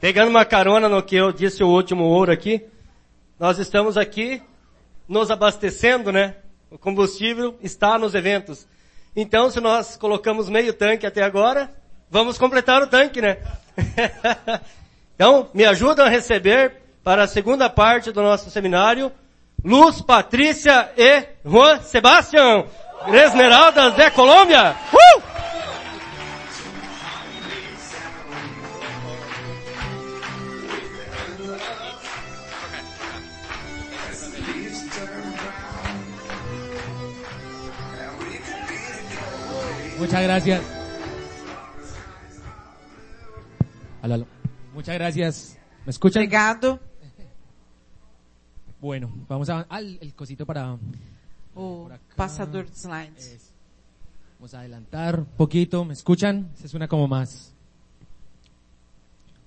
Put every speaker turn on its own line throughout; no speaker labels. Pegando uma carona no que eu disse o último ouro aqui, nós estamos aqui nos abastecendo, né? O combustível está nos eventos. Então, se nós colocamos meio tanque até agora, vamos completar o tanque, né? então, me ajudam a receber para a segunda parte do nosso seminário, Luz, Patrícia e Juan Sebastião, Esmeraldas de Colômbia. Uh!
Muchas gracias. Aló, aló. Muchas gracias. ¿Me escuchan?
Obrigado.
Bueno, vamos a al el cosito para
O
acá. É
passador de slides.
es- vamos a adelantar un poquito. ¿Me escuchan? Se suena como más.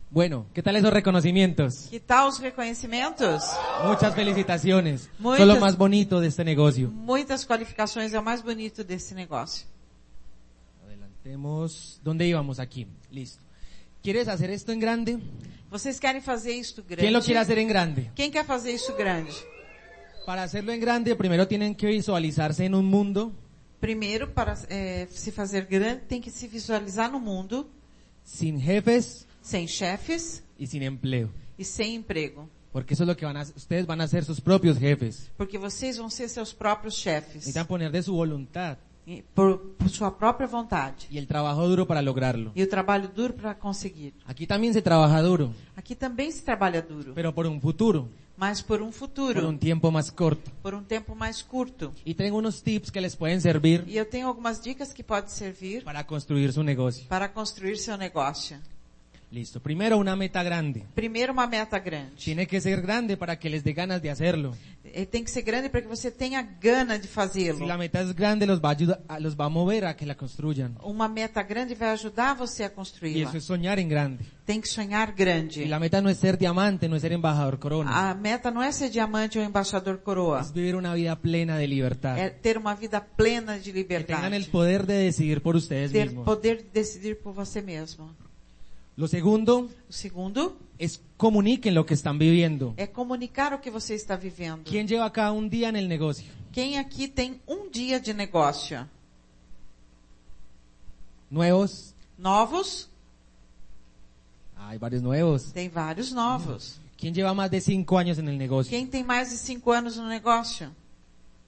Bueno, ¿qué tal esos reconocimientos?
Que tal os reconhecimentos?
Muchas felicitaciones.
Muchas.
Son lo más bonito de este negocio.
Muitas qualificações é o mais bonito desse negócio.
Adelantemos. ¿Dónde íbamos aquí? Listo. ¿Quieres hacer esto en grande?
Vocês querem fazer isto
¿Quién lo
grande?
quiere hacer en grande?
Quem quer fazer isso grande?
Para hacerlo en grande, primero tienen que visualizarse en un mundo
Primeiro, para eh, se fazer grande, tem que se visualizar no mundo
sin jefes
sem chefes
y sin empleo.
e sem emprego.
Porque eso es lo que van a, ustedes van a ser sus propios jefes.
Porque vocês vão ser seus próprios chefes.
Necesitan poner de su voluntad
e por, por sua própria vontade.
y el trabajo duro para lograrlo.
E o trabalho duro para conseguir.
Aquí también se trabaja duro,
Aqui também se trabalha duro,
pero por un futuro,
mas por um
por
futuro,
un tiempo más corto.
por um tempo mais curto.
Y tengo unos tips que les pueden servir
E eu tenho algumas dicas que podem servir
para construir su negocio.
para construir seu negócio.
Listo. Primero, una meta grande.
Primeiro, uma meta grande.
Tiene que ser grande para que les dé ganas de hacerlo.
Ele tem que ser grande para que você tenha gana de fazê-lo.
Si la meta es grande, los va a, ayudar- a- los va a mover a que la construyan.
Uma meta grande vai ajudar você a
Y
construí-la.
eso es soñar en grande.
Tem que sonhar
Y
grande.
la meta no es ser diamante, no es ser embajador corona.
A meta não é ser diamante ou embaixador coroa.
Es vivir una vida plena de libertad.
É ter uma vida plena de
Que tengan
liberdade.
el poder de decidir por ustedes
Ter
mismos.
poder de decidir por você mesmo.
Lo segundo
O segundo
es comuniquen lo que están viviendo.
é comunicar o que você está vivendo.
¿Quién lleva acá un día en el negocio?
Quem aqui tem um dia de negócio?
¿Nuevos?
Novos?
Hay varios nuevos.
Tem vários novos.
¿Quién lleva más de cinco años en el negocio?
Quem tem mais de cinco anos no negócio?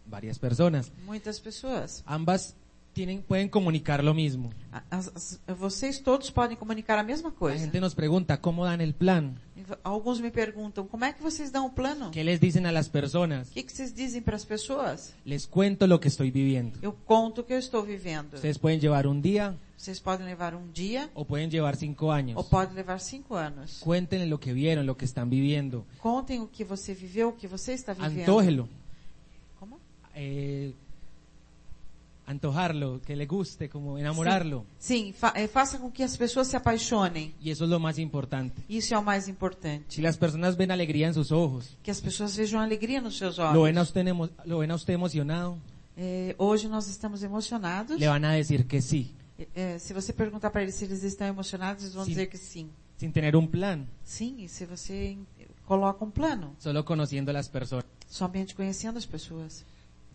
Varias personas.
Muitas pessoas.
Ambas tienen, pueden comunicar lo mismo.
A- as- as- vocês todos podem comunicar a mesma
La
coisa.
gente nos pregunta cómo dan el plan.
Alguns me perguntam, como é que vocês dão o plano?
¿Qué les dicen a las personas?
O que, que vocês dizem para as pessoas?
Les cuento lo que estoy viviendo.
Eu conto o que eu estou vivendo.
Ustedes pueden llevar un día
Vocês podem levar um dia
o pueden llevar cinco años.
ou podem levar cinco anos.
Cuenten lo que vieron, lo que están viviendo.
Contem o que você viveu, o que você está vivendo.
Antójelo.
Como?
eh, antojarlo, que le guste, como enamorarlo.
Sim, fa- eh, faça com que as pessoas se apaixonem.
Y eso es lo más importante.
Isso é o mais
Si
importante.
las personas ven alegría en sus ojos,
Que as pessoas vejam alegria nos seus
lo ven a
olhos.
usted, emo- lo ven a usted emocionado,
Eh, hoje nós estamos emocionados.
le van a decir que sí,
Eh, se você perguntar para eles se eles estão emocionados, eles vão
Sim.
dizer que sim.
sin tener un plan,
Sim, e se você en- coloca um plano,
solo conociendo a las personas.
somente conhecendo as pessoas.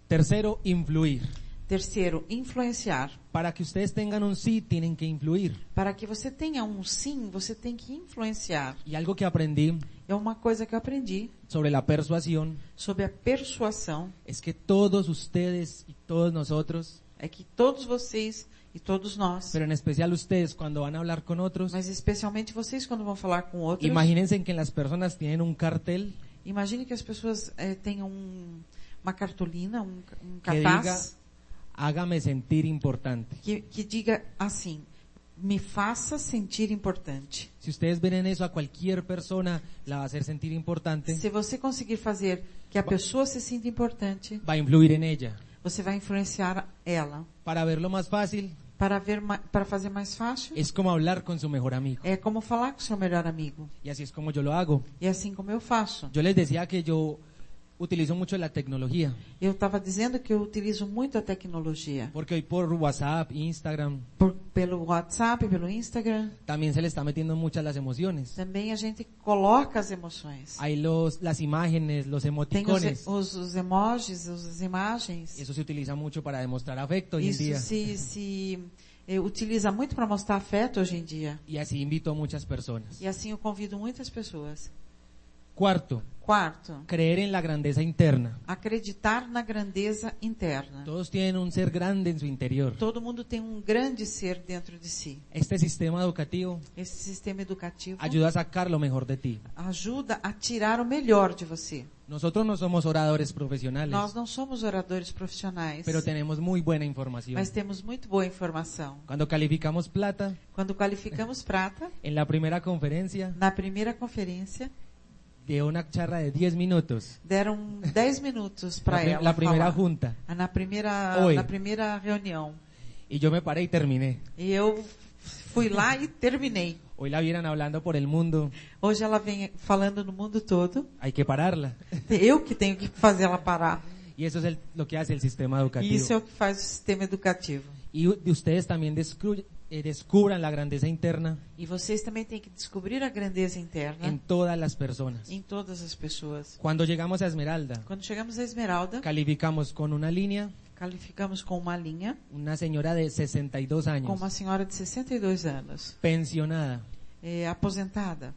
Tercero, influir.
Terceiro, influenciar.
Para que ustedes tengan un sí, tienen que influir.
Para que você tenha um sim, você tem que influenciar.
Y algo que aprendí
É uma coisa que eu aprendi
sobre la persuasión
sobre a persuasão,
es que todos ustedes y todos nosotros,
é que todos vocês e todos nós,
pero en especial ustedes cuando van a hablar con otros,
mas especialmente vocês quando vão falar com outros,
Imagínense que las personas tienen un cartel
imagine que as pessoas eh, tenham um- uma cartolina, um, ca- um
que diga,
cartaz
hágame sentir importante.
que, que diga assim, me faça sentir importante.
Si ustedes ven en eso a cualquier persona, la va a hacer sentir importante,
Se você conseguir fazer que a pessoa se sinta importante,
va a influir en ella.
você vai influenciar ela.
Para verlo más fácil,
Para ver, ma- para fazer mais fácil,
es como hablar con su mejor amigo.
é como falar com seu melhor amigo.
Y así es como yo lo hago.
E é assim como eu faço.
Yo les decía que yo utilizo mucho la tecnología,
Eu estava dizendo que eu utilizo muito a tecnologia.
porque hoy por WhatsApp, Instagram,
Por- pelo WhatsApp, pelo Instagram,
también se le está metiendo muchas las emociones.
também a gente coloca as emoções.
Hay los, las imágenes, los
Tem os,
emoticones.
os, os emojis, os- as imagens.
Eso se utiliza mucho para demostrar afecto hoy en
Isso
día.
se, se eh, utiliza muito para mostrar afeto hoje em dia.
Y así invito a muchas personas.
E assim eu convido muitas pessoas.
Cuarto,
Quarto,
creer en la grandeza interna.
acreditar na grandeza interna.
Todos tienen un ser grande en su interior.
Todo mundo tem um grande ser dentro de si.
Este sistema educativo
Esse sistema educativo
ayuda a sacar lo mejor de ti.
ajuda a tirar o melhor de você.
Nosotros no somos oradores profesionales,
Nós não somos oradores profissionais,
pero tenemos muy buena información.
mas temos muito boa informação.
Cuando calificamos plata,
Quando qualificamos prata,
en la primera conferencia
na primeira conferência,
de una charla de 10 minutos,
deram 10 minutos
la,
para
prim-
ela
la primera
falar.
junta,
Ah, na primeira
Oi.
na primeira reunião.
y yo me paré y terminé.
E eu fui lá e terminei.
Hoy la vieran hablando por el mundo,
Hoje ela vem falando no mundo todo.
hay que pararla.
Eu que tenho que fazer ela parar.
Y eso es el- lo Tá, que hace el sistema
E isso é
educativo.
o que faz o sistema educativo.
Y u- de ustedes también descru- eh, descubran la grandeza interna
E vocês também têm que descobrir a grandeza interna
en todas las personas.
em todas as pessoas.
Cuando llegamos a Esmeralda,
Quando chegamos à Esmeralda,
calificamos con una línea
qualificamos com uma linha,
una señora de 62
com
años,
uma senhora de 62 anos,
pensionada,
eh, aposentada.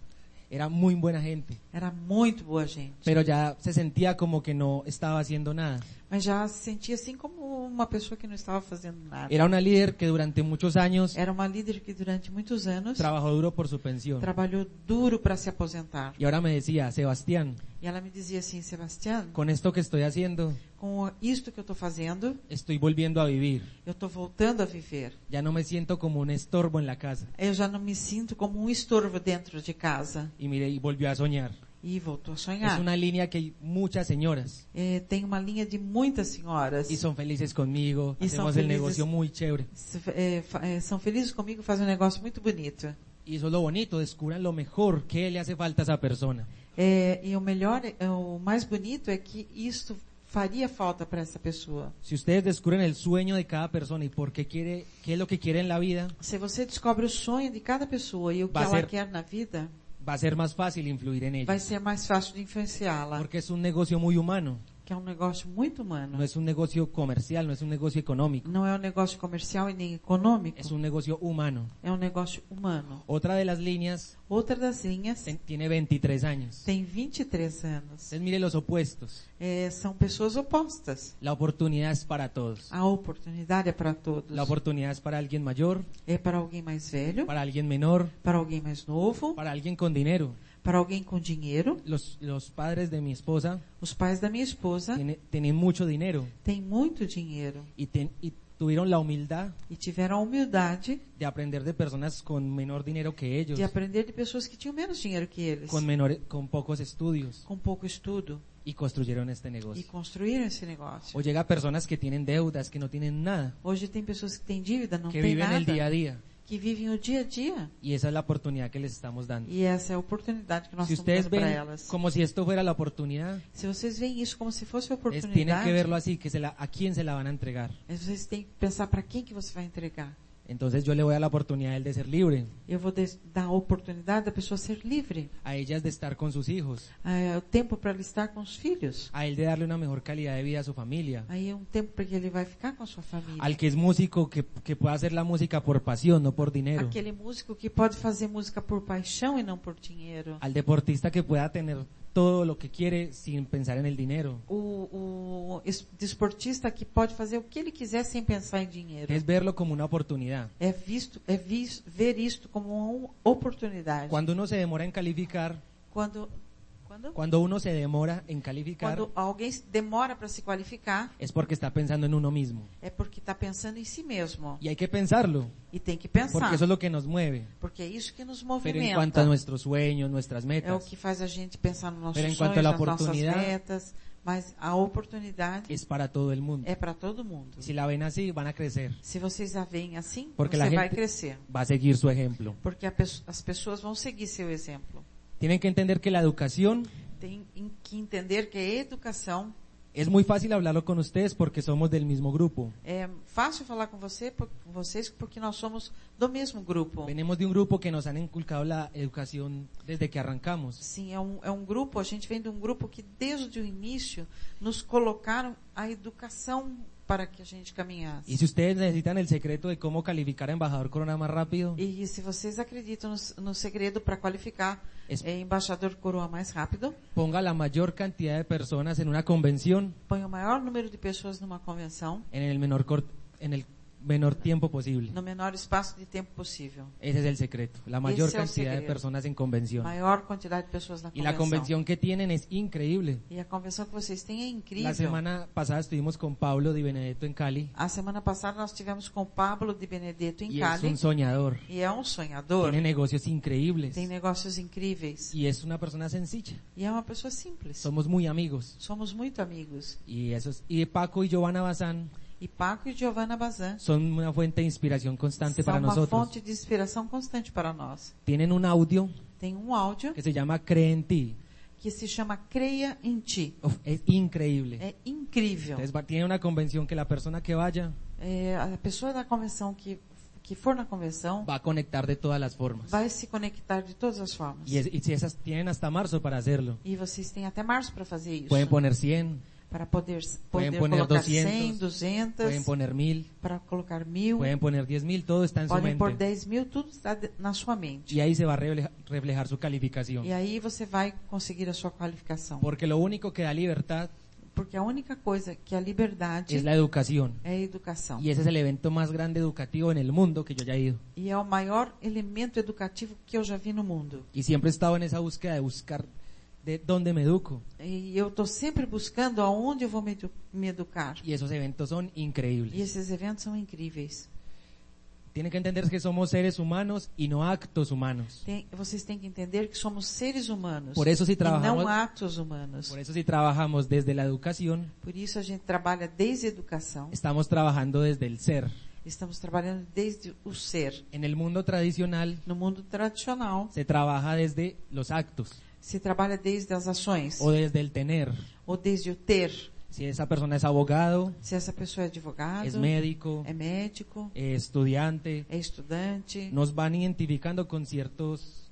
era muy buena gente,
Era muito boa gente.
pero ya se sentía como que no estaba haciendo nada.
Mas já se sentia assim como uma pessoa que não estava fazendo nada.
Era um una líder que durante muchos años
Era uma líder que durante muitos anos
trabajó duro por su pensión.
trabalhou duro para se aposentar.
Y ahora me decía, Sebastián,
E ela me dizia assim, Sebastião,
con esto que estoy haciendo,
com isto que eu estou fazendo,
estoy volviendo a vivir.
eu estou voltando a viver.
Ya no me siento como un estorbo en la casa.
Eu já não me sinto como um estorvo dentro de casa.
Y mire, y volvió a soñar.
E voltou a
Es
sonhar.
una línea que hay muchas señoras
Eh, tem uma linha de muitas senhoras.
y son felices conmigo,
Y son
hacemos el
felices.
negocio muy chévere.
Se- eh, fa- eh, são felizes comigo, fazem um negócio muito bonito.
Y eso es lo bonito, descubran lo mejor que le hace falta a esa persona.
É, e o melhor, é- o mais bonito é que isto faria falta para essa pessoa.
Si ustedes descubren el sueño de cada persona y por qué quiere, qué es lo que quiere en la vida,
Se você descobre o sonho de cada pessoa e o que
Vai
ela
ser-
quer na vida,
va a ser más fácil influir en
vai
ella.
ser mais fácil de influenciá-la,
Porque es un negocio muy humano,
que é um negócio muito humano.
no es un negocio comercial, no es un negocio económico,
Não é um negócio comercial e nem econômico,
es un negocio humano.
é um negócio humano.
Otra de las líneas
Outra das linhas
ten- tiene 23 años.
tem 23 anos.
Entonces mire los opuestos.
É, são pessoas opostas.
La oportunidad es para todos.
A oportunidade é para todos.
La oportunidad es para alguien mayor,
É para alguém mais velho,
para alguien menor,
para alguém mais novo,
para alguien con dinero.
para alguém com dinheiro.
Los, los padres de mi esposa
Os pais da minha esposa
tiene- tienen mucho dinero
têm muito dinheiro
y, ten- y tuvieron la humildad
e tiveram a humildade
de aprender de personas con menor dinero que ellos,
de pues, aprender de pessoas que tinham menos dinheiro que eles,
con, menores, con pocos estudios
com pouco estudo,
y construyeron este
e
negocio.
construíram esse negócio.
O llega a personas que tienen deudas, que no tienen nada,
Hoje tem pessoas que têm dívida, não
que
têm
viven el día a
nada,
día
que vivem o dia a dia.
y esa es la oportunidad que les estamos dando.
E essa é a oportunidade que nós
Si
estamos
ustedes
dando para
ven
elas.
como si esto fuera la oportunidad,
Se vocês veem isso como se fosse
es- tienen que verlo
oportunidade,
así, que se la, a quién se la van a entregar.
vocês têm que pensar para quem que você vai entregar.
Entonces yo le voy a la oportunidad a él de ser libre,
Eu vou des- dar a oportunidade da pessoa ser livre.
a ellas de estar con sus hijos,
É, o tempo para ele estar com os filhos.
a él de darle una mejor calidad de vida a su familia,
Aí é um tempo para que ele vai ficar com a sua família.
al que es músico que, que pueda hacer la música por pasión, no por dinero.
Aquele músico que pode fazer música por paixão e não por dinheiro.
al deportista que pueda tener todo lo que quiere sin pensar en el dinero.
O, o es- desportista que pode fazer o que ele quiser sem pensar em dinheiro.
Es verlo como una oportunidad.
É visto, é vis- ver isto como uma oportunidade.
Cuando uno se demora en calificar,
Quando, quando,
cuando uno se demora en calificar,
quando alguém se demora para se qualificar,
es porque está pensando en uno mismo.
é porque está pensando em si mesmo.
Y hay que pensarlo,
E tem que
porque
pensar.
eso es lo que nos mueve.
Porque é isso que nos
Pero en cuanto a
movimenta.
nuestros sueños, nuestras
É o
metas,
que faz a gente pensar nos nossos
Pero em
sonhos,
quanto à
nas nossas
oportunidade-
metas. Mas a oportunidade
es para todo el mundo.
é para todo mundo.
Si la ven así, van a crecer.
Se vocês a veem assim,
Porque
você
la
vai
gente-
crescer.
Va a seguir su ejemplo.
Porque a pe- as pessoas vão seguir seu exemplo.
Tienen que entender que la educación
Tem que entender que a educação
es muy fácil hablarlo con ustedes porque somos del mismo grupo.
é fácil falar com você, por- com vocês porque nós somos do mesmo grupo.
Venimos de un grupo que nos han inculcado la educación desde que arrancamos.
Sim, é um, é um grupo, a gente vem de um grupo que desde o início nos colocaram a educação para que a gente caminhasse.
Y si ustedes necesitan el secreto de cómo calificar a embajador corona más rápido,
E se vocês acreditam no, no segredo para qualificar
Es-
eh, embaixador coroa mais rápido,
ponga la mayor cantidad de personas en una convención
põe o maior número de pessoas numa convenção
en el menor, cor- en el menor tiempo posible.
no menor espaço de tempo possível.
Ese es el secreto. La mayor
Ese es el
cantidad de
secreto.
personas en convención.
Maior quantidade de pessoas na
Y
convenção.
la convención que tienen es increíble.
E a convenção que vocês têm é incrível.
La semana pasada estuvimos con Pablo Di Benedetto en Cali
A semana passada nós tivemos com o Pablo de Benedetto em
y es
Cali
un soñador.
e é um sonhador.
Tiene negocios increíbles
Tem negócios incríveis.
y es una persona sencilla.
E é uma pessoa simples.
Somos muy amigos.
Somos muito amigos.
Y esos y Paco y Giovanna Bazán
E Paco e Giovanna Bazan
son una fuente de inspiración constante
são
para
uma
nosotros.
fonte de inspiração constante para nós.
Tienen un audio
Tem um áudio
que se llama Cree en ti.
que se chama Creia em Ti.
Uf, es increíble.
É incrível.
Entonces va- tiene una convención que la persona que vaya
É, a pessoa da convenção que, que for na convenção
va a conectar de todas las formas.
vai se conectar de todas as formas.
Y, es- y si esas tienen hasta marzo para hacerlo.
E vocês têm até março para fazer isso.
Pueden poner 100,
Para poder,
Pueden
poder
poner
colocar
200,
100, 200,
pueden poner 1000,
para colocar mil,
pueden poner 10000, todo está en su
podem pôr
mente.
10 mil, tudo está de- na sua mente.
Y ahí se va a refleja- reflejar su calificación.
E aí você vai conseguir a sua qualificação.
Porque lo único que da libertad
Porque a única coisa que a liberdade
es la educación.
é a educação.
Y ese es el evento más grande educativo en el mundo que yo haya ido.
E é o maior elemento educativo que eu já vi no mundo.
Y siempre he estado en esa búsqueda de buscar de dónde me educo.
E eu estou sempre buscando aonde eu vou me, edu- me educar.
Y esos eventos son
E
increíbles.
esses eventos são incríveis.
Tienen que entender que somos seres humanos y no actos humanos.
Tem- vocês têm que entender que somos seres humanos.
Por eso se
e não
trabajamos-
atos humanos.
Por eso si trabajamos desde la educación,
Por isso a gente trabalha desde a educação.
estamos trabajando desde el ser.
Estamos trabalhando desde o ser.
En el mundo tradicional
No mundo tradicional,
se trabaja desde los actos
se trabalha desde as ações
o desde el tener.
ou desde o ter.
Si esa persona es abogado,
Se essa pessoa é advogado,
es médico,
é médico,
eh, estudiante,
é estudante,
nos van identificando con ciertos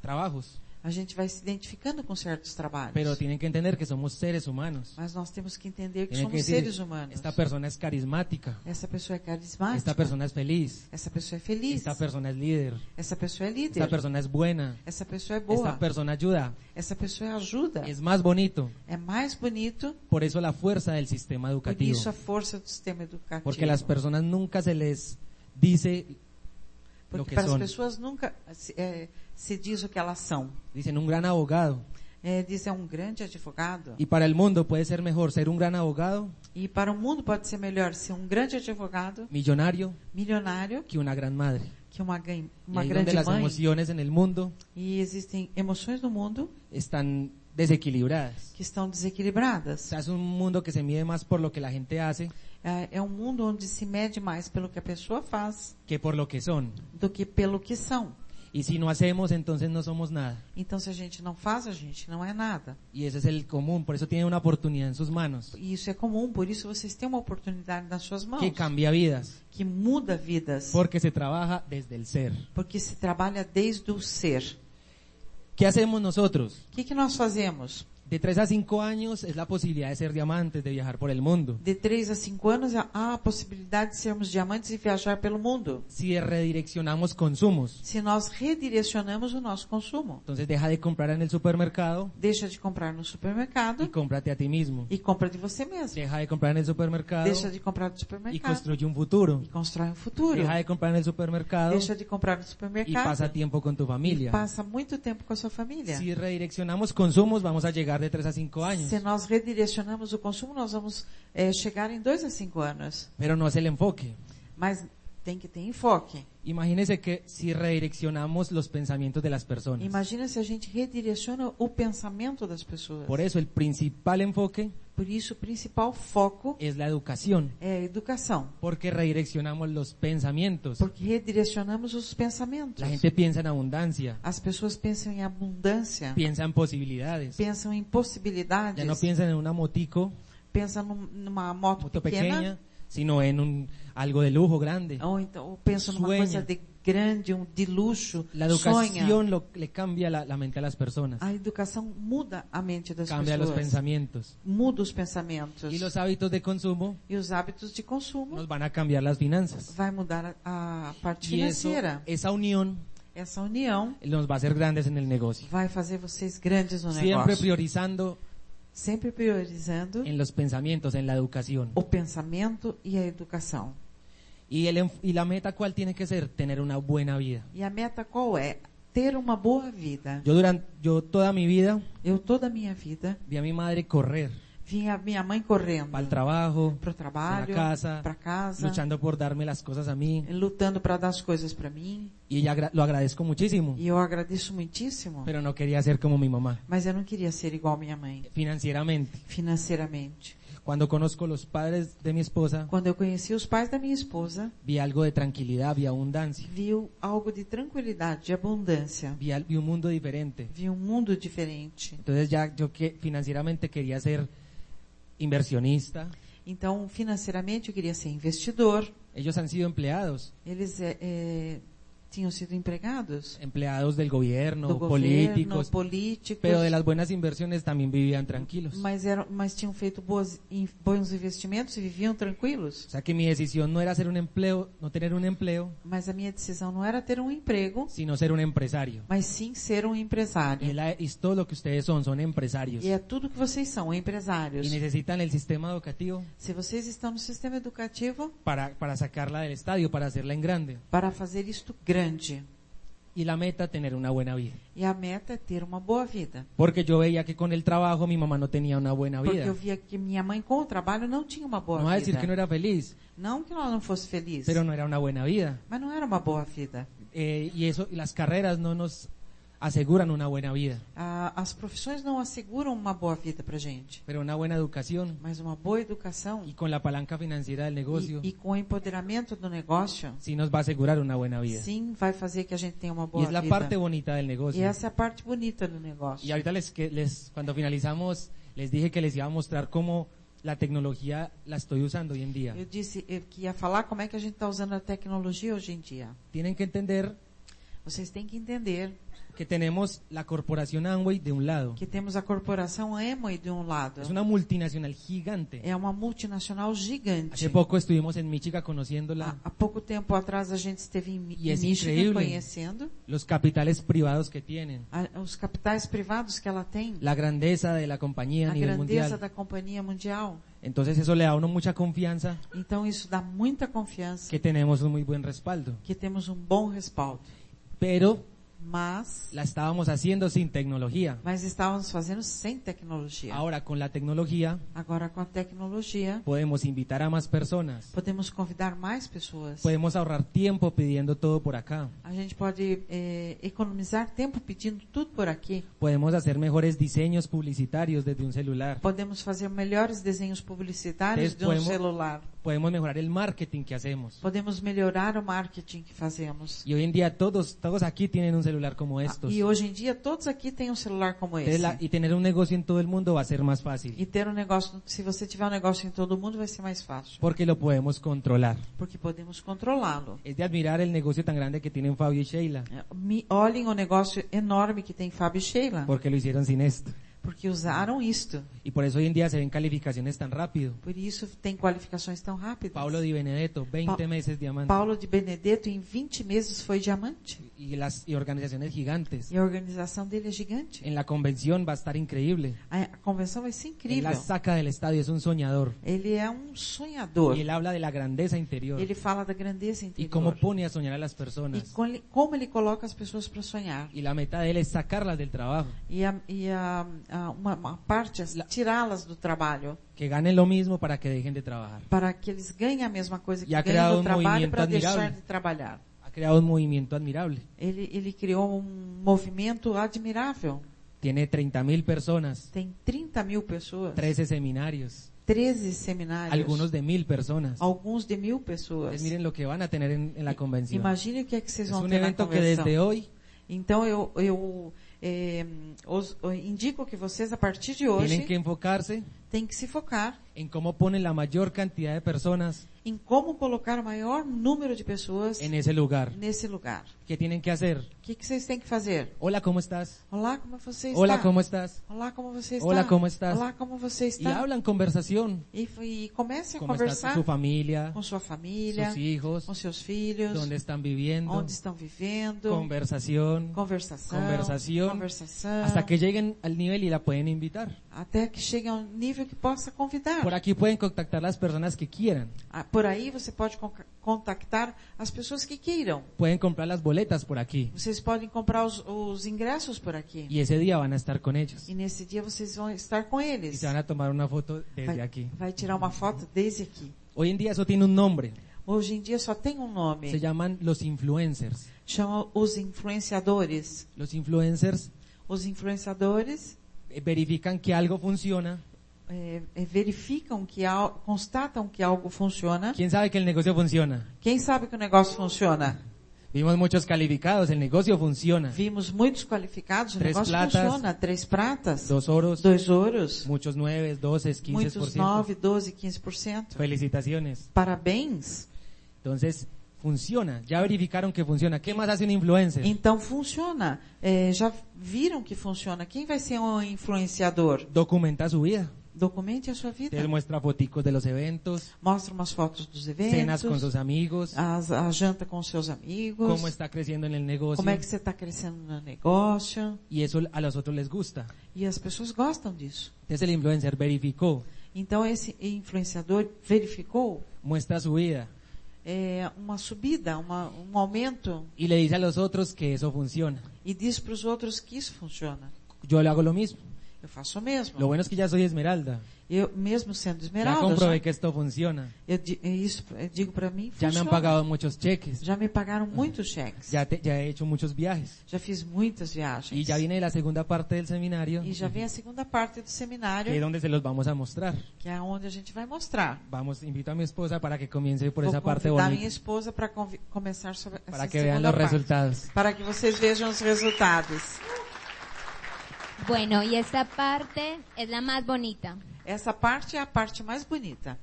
trabajos,
a gente vai se identificando com certos trabalhos.
pero tienen que entender que somos seres humanos.
Mas nós temos que entender que
Tienen que
somos
decir,
seres humanos.
esta persona es carismática,
Essa pessoa é carismática.
esta persona es feliz,
Essa pessoa é feliz.
esta persona es líder,
Essa pessoa é líder.
esta persona es buena,
Essa pessoa é boa.
esta persona ayuda,
Essa pessoa é ajuda.
es más bonito.
É mais bonito.
Por eso la fuerza del sistema
Por
educativo,
isso a força do sistema educativo.
porque a las personas nunca se les dice lo
Porque
que
para as
son.
pessoas nunca se, é, se diz o que elas são.
Dicen un gran abogado.
É, diz é um grande advogado.
Y para el mundo puede ser mejor ser un gran abogado,
E para o mundo pode ser melhor ser um grande advogado,
millonario,
milionário,
que una gran madre.
que uma, gan-
Y
uma
ahí
grande
donde las
mãe.
emociones en el mundo
E existem emoções no mundo
están desequilibradas.
que estão desequilibradas.
O sea, es un mundo que se mide más por lo que la gente hace
É, é um mundo onde se mede mais pelo que a pessoa faz
que por lo que son.
do que pelo que são.
Y si no hacemos, entonces no somos nada.
Então, se a gente não faz, a gente não é nada.
Y ese es el común, por eso tienen una oportunidad en sus manos
E isso é comum, por isso vocês têm uma oportunidade nas suas mãos
que cambia vidas,
que muda vidas,
porque se trabaja desde el ser.
porque se trabalha desde o ser.
¿Qué hacemos nosotros?
O que, que nós fazemos?
De 3 a 5 años es la posibilidad de ser diamantes, de viajar por el mundo.
De 3 a 5 anos há- há a possibilidade de sermos diamantes e viajar pelo mundo.
Si redireccionamos consumos,
Se nós redirecionamos o nosso consumo,
Entonces deja de comprar en el supermercado
deixa de comprar no
y
supermercado
cómprate a ti mismo.
e compra de você mesmo.
Deja de comprar en el supermercado
Deixa de comprar no
y
supermercado
construye un futuro.
e constrói um futuro.
Deja de comprar en el supermercado
Deixa de comprar no
y
supermercado
pasa tiempo con tu
e
familia.
passa muito tempo com a sua família.
Si redireccionamos consumos, vamos a llegar de 3 a 5 años.
Se nós redirecionamos o consumo, nós vamos eh, chegar em dois a cinco anos.
Pero no es el enfoque.
Mas Tem que ter enfoque.
Imagínense que si redireccionamos los pensamientos de las personas.
Imagina se a gente redireciona o pensamento das pessoas.
Por eso el principal enfoque
Por isso, o principal foco
es la educación,
é a educação.
porque redireccionamos los pensamientos.
Porque redirecionamos os pensamentos.
La gente piensa en abundancia,
As pessoas pensam em abundância,
piensa en posibilidades.
pensam em possibilidades,
Ya no piensan en una motico,
pensam num- numa moto,
moto
pequena,
pequeña, sino en un, algo de lujo grande.
ou então ou pensam numa
Sonha.
coisa de grande, um de luxo,
La
sonha.
educación lo- le cambia la, la mente a las personas,
A educação muda a mente das
cambia los
pessoas,
pensamientos.
muda os pensamentos
Y los hábitos de consumo
e os hábitos de consumo
nos van a cambiar las finanzas.
vai mudar a, a parte
Y eso-
financeira.
esa unión
Essa união
nos va a hacer grandes en el negocio.
vai fazer vocês grandes no
Siempre
negócio.
priorizando
Sempre priorizando
en los pensamientos, en la educación.
o pensamento e a educação.
Y, el, enf- y la meta cuál tiene que ser? Tener una buena vida.
E a meta qual é? Ter uma boa vida.
Yo durante, yo toda mi vida
Eu toda a minha vida
vi a mi madre correr
vi a minha mãe correndo
para el trabajo,
para o trabalho,
pra casa,
para casa,
luchando por darme las cosas a mí.
lutando para dar as coisas para mim.
Y ella agra- lo agradezco muchísimo,
E eu agradeço muitíssimo,
pero no quería ser como mi mamá,
mas eu não queria ser igual à minha mãe
financieramente.
financeiramente.
Cuando conozco los padres de mi esposa,
Quando eu conheci os pais da minha esposa,
vi algo de tranquilidad, vi abundancia,
viu algo de tranquilidade, de abundância,
vi, al- vi un mundo diferente.
vi um mundo diferente.
Entonces ya yo que financieramente quería ser inversionista.
Então, financeiramente, eu queria ser investidor.
Ellos han sido empleados,
Eles eh, eh, tinham sido empregados
empleados del gobierno, pues,
do
políticos,
governo, políticos,
pero de las buenas inversiones también vivían tranquilos.
mas, eram, mas tinham feito boas, in- bons investimentos e viviam tranquilos.
O sea que mi decisión no era hacer un empleo, no tener un empleo,
Mas a minha decisão não era ter um emprego,
sino ser un empresario.
mas sim ser um empresário.
Y, es la- es todo lo que ustedes son, son empresarios.
E é tudo que vocês são, empresários.
Y necesitan el sistema educativo
Se vocês estão no sistema educativo,
para, para sacarla del estadio, para hacerla en grande.
para fazer isto grande.
Y la meta, tener una buena vida.
E a meta é ter uma boa vida.
Porque yo veía que con el trabajo mi mamá no tenía una buena
Porque
vida.
eu via que minha mãe com o trabalho não é, tinha uma boa
No va a decir
vida.
que no era feliz,
Não que ela não fosse feliz,
pero no era una buena vida.
mas não era uma boa vida.
Eh, y eso, y las carreras no nos aseguran una buena vida,
Ah, as profissões não asseguram uma boa vida para gente,
pero una buena educação
mas uma boa educação
y con la palanca financiera del negocio
e, e com o empoderamento do negócio,
sí nos va a asegurar una buena vida.
sim, vai fazer que a gente tenha é uma
y
boa
es la
vida.
parte bonita del
e
negocio.
essa é a parte bonita do negócio.
Y ahorita les que les cuando finalizamos les dije que les iba a mostrar cómo la tecnología la estoy usando hoy en día.
Eu disse eh, que ia falar como é que a gente está usando a tecnologia hoje em dia.
Tienen que entender
Vocês têm que entender
que tenemos la corporación Amway de un lado.
que temos a corporação Amway de um lado.
Es una multinacional gigante.
É uma multinacional gigante.
Hace poco estuvimos en Michigan conociéndola.
Há, há pouco tempo atrás a gente esteve em, Mi-
Hum. E é
em Michigan
incrível.
conhecendo
los capitales privados que tienen,
a- os capitais privados que ela tem,
la grandeza de la compañía a
a
nivel
grandeza
mundial.
da companhia mundial.
Entonces eso le da a uno mucha confianza
Então isso dá muita confiança
que tenemos un muy buen respaldo.
que temos um bom respaldo.
Pero
Mas,
la estábamos haciendo sin tecnología.
mas estávamos fazendo sem tecnologia.
Ahora con la tecnología
Agora com a tecnologia
podemos invitar a más personas,
podemos convidar mais pessoas.
podemos ahorrar tiempo pidiendo todo por acá,
A gente pode eh, economizar tempo pedindo tudo por aqui.
podemos hacer mejores diseños publicitarios desde un celular,
Podemos fazer melhores desenhos publicitários
Desde
de um
podemos-
celular.
podemos mejorar el marketing que hacemos.
Podemos melhorar o marketing que fazemos.
Y hoy en día todos, todos aquí tienen un celular como estos.
E hoje em dia todos aqui têm um celular como esse.
Entonces, la- y tener un negocio en todo el mundo va a ser más fácil.
E ter um negócio, se você tiver um negócio em todo mundo, vai ser mais fácil.
porque lo podemos controlar.
Porque podemos controlá-lo.
Es de admirar el negocio tan grande que tienen Fabio y Sheila,
É, me- Olhem o negócio enorme que tem Fábio e Sheila,
porque lo hicieron sin esto.
porque usaram isto.
Y por eso hoy en día se ven calificaciones tan rápido.
Por isso tem qualificações tão rápidas.
Paulo Di Benedetto, 20
Pa-
meses diamante.
Paulo de Benedetto, em 20 meses, foi diamante.
y las y organizaciones gigantes.
E a organização dele é gigante.
En la convención va a estar increíble.
A a convenção vai ser
Él
incrível.
la saca del estadio, es un soñador.
Ele é um sonhador.
Y él habla de la grandeza interior
Ele fala da grandeza
y cómo
interior.
pone a soñar a las
E
personas.
com ele- como ele coloca as pessoas para sonhar.
Y la meta de él es sacarlas del trabajo,
E, a, e a, a- uma, uma parte, as- tirá-las do trabalho,
que ganen lo mismo para que dejen de trabajar.
para que eles ganhem a mesma coisa que
E ha
ganham
criado
do
um
trabalho
movimento
para deixar
admirável.
de trabalhar.
Ha creado un movimiento admirable.
Ele, ele criou um movimento admirável.
Tiene 30.000 personas,
Tem 30 mil pessoas,
13 seminarios,
13 seminários,
algunos de mil personas.
alguns de mil pessoas.
Entonces, miren lo que van a tener en, en la convención.
Imagine o que é que vocês
Es
vão
un
ter na
evento que
convenção.
desde hoy
Então eu, eu eh, os- eu indico que vocês, a partir de hoje,
tienen que enfocarse
têm que se focar
en cómo ponen la mayor cantidad de personas
em como colocar o maior número de pessoas
Pues, en ese lugar.
nesse lugar.
¿Qué tienen que hacer?
O que, que vocês têm que fazer?
Hola, ¿cómo estás?
Olá, como você está?
Hola, ¿cómo estás?
Olá, como você está?
Olá, como estás?
Olá, como você
Y
está?
hablan conversación.
E, f- e comece a
¿Cómo está
conversar
su familia?
com sua família,
Sus hijos.
com seus filhos,
¿Dónde estão viviendo?
onde estão vivendo,
Conversación.
conversação,
conversación,
conversação,
Hasta que lleguen al nivel y la pueden invitar.
até que chegue a um nível que possa convidar.
Por aquí pueden contactar las personas que quieran.
Ah, Por aí você pode con- contactar as pessoas que queiram.
Pueden comprar las boletas por aquí.
Vocês podem comprar os, os ingressos por aqui.
Y ese día van a estar con ellos.
E nesse dia vocês vão estar com
Y
eles.
se van a tomar una foto desde
Vai,
aquí.
vai tirar uma foto desde aqui.
Hoy en día eso tiene un nombre.
Hoje em dia só tem um
Se
nome.
llaman los influencers.
Chama os influenciadores.
Los influencers
Os influenciadores
eh, verifican que algo funciona.
eh, eh, verificam que al, constatam que algo funciona.
¿Quién sabe que el negocio funciona?
Quem sabe que o negócio funciona?
Vimos muchos calificados, el negocio funciona.
Vimos muitos qualificados, o
Três
negócio
platas.
funciona. Três pratas,
Dos oros,
dois ouros,
muchos nueves, doces, quince por
muitos
ciento.
9, 12, 15%.
Felicitaciones.
Parabéns.
Entonces, funciona. Ya verificaron que funciona. ¿Qué más hace un influencer?
Então funciona. Eh, já viram que funciona. Quem vai ser um influenciador?
Documenta su vida.
Documente a sua vida.
Entonces muestra foticos de los eventos,
Mostra umas fotos dos
cenas
eventos, Ah,
con sus amigos,
as- a janta com seus amigos,
cómo está creciendo en el negocio.
como é que você está crescendo no negócio.
Y eso a los otros les gusta.
E as pessoas gostam disso.
Entonces el influencer verificó,
Então esse influenciador verificou
muestra su vida
eh, uma subida, uma, um aumento
y le dice a los otros que eso funciona.
e diz para os outros que isso funciona.
Yo le hago lo mismo.
Eu faço o mesmo.
Lo bueno es que ya soy esmeralda.
Eu mesmo sendo
Ya
esmeralda,
comprobé
já,
que esto funciona.
eu, di- isso eu digo para mim,
Ya me han
funciona.
pagado muchos cheques.
Já me pagaram muitos cheques.
Ya, te- ya he hecho muchos viajes.
Já fiz muitas viagens.
Y ya viene la segunda parte del seminario,
E já vem a segunda parte do
que es
seminário,
donde se los vamos a mostrar.
que é onde a gente vai mostrar.
Vamos, invito a mi esposa para que comience por
Vou
esa parte
convidar minha
bonita,
esposa para convi- começar sobre essa
para que
segunda
vean los
parte.
resultados.
Para que vocês vejam os resultados.
Bueno, y esta parte es la más bonita.
Essa parte é a parte mais bonita.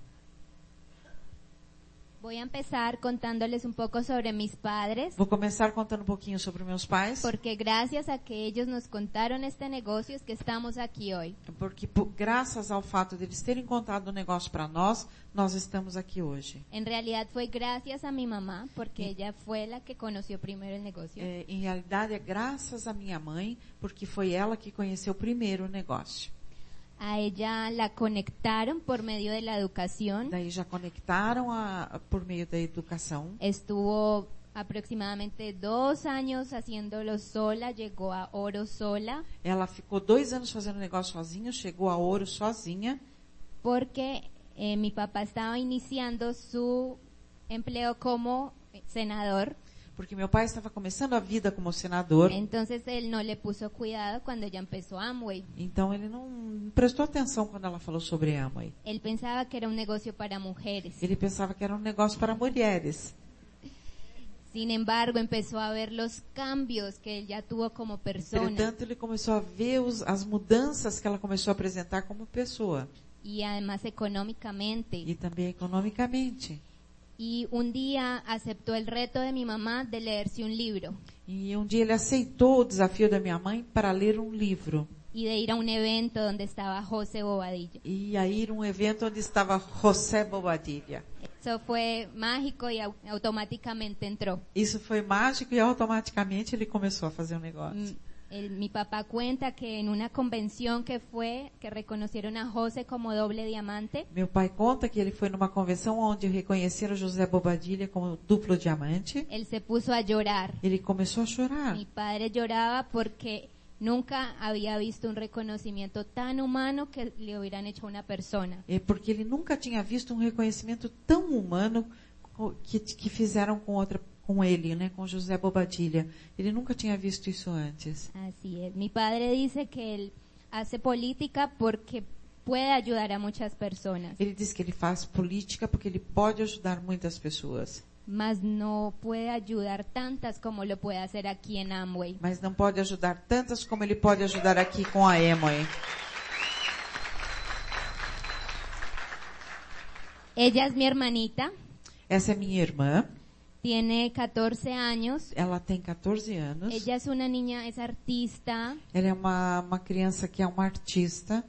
Voy a empezar contándoles un poco sobre mis padres,
Vou começar contando um pouquinho sobre meus pais,
porque gracias a que ellos nos contaron este negocio es que estamos aquí hoy.
porque po- graças ao fato deles terem contado o negócio para nós, nós estamos aqui hoje.
En realidad fue gracias a mi mamá, porque ella fue la que conoció primero el negocio.
É, em realidade, é graças à minha mãe, porque foi ela que conheceu primeiro o negócio.
A ella la conectaron por medio de la educación.
Daí já conectaram a, por meio da educação.
Estuvo aproximadamente dos años haciéndolo sola, llegó a oro sola,
Ela ficou dois anos fazendo negócio sozinha, chegou a ouro sozinha,
porque eh, mi papá estaba iniciando su empleo como senador,
porque meu pai estava começando a vida como senador,
entonces él no le puso cuidado cuando ella empezó Amway.
então ele não prestou atenção quando ela falou sobre Amway.
Él pensaba que era un negocio para mujeres.
Ele pensava que era um negócio para mulheres.
Sin embargo, empezó a ver los cambios que él ya tuvo como persona
Entretanto, ele começou a ver os, as mudanças que ela começou a apresentar como pessoa
y además económicamente.
e também economicamente.
Y un día aceptó el reto de mi mamá de leerse un libro
E um dia ele aceitou o desafio da minha mãe para ler um livro
y de ir a un evento donde estaba José Bobadilla.
e a ir a um evento onde estava José Bobadilha.
So, fue mágico y au- automáticamente entró.
Isso foi mágico e automaticamente ele começou a fazer um negócio.
Mm, el- mi papá cuenta que en una convención que fue, que reconocieron a José como doble diamante,
Meu pai conta que ele foi numa convenção onde reconheceram José Bobadilha como duplo diamante.
él se puso a llorar.
Ele começou a chorar.
Mi padre lloraba porque nunca había visto un reconocimiento tan humano que le hubieran hecho a una persona.
É porque ele nunca tinha visto um reconhecimento tão humano co- que, que fizeram com outra, com ele, né, com José Bobadilha. Ele nunca tinha visto isso antes.
Así es. Mi padre dice que él hace política porque puede ayudar a muchas personas,
Ele diz que ele faz política porque ele pode ajudar muitas pessoas,
mas no puede ayudar tantas como lo puede hacer aquí en Amway.
mas não pode ajudar tantas como ele pode ajudar aqui com a Emoy.
Ella es mi hermanita,
Essa é minha irmã,
tiene 14 años.
ela tem 14 anos.
Ella es una niña, es artista.
Ela é uma, uma criança que é uma artista.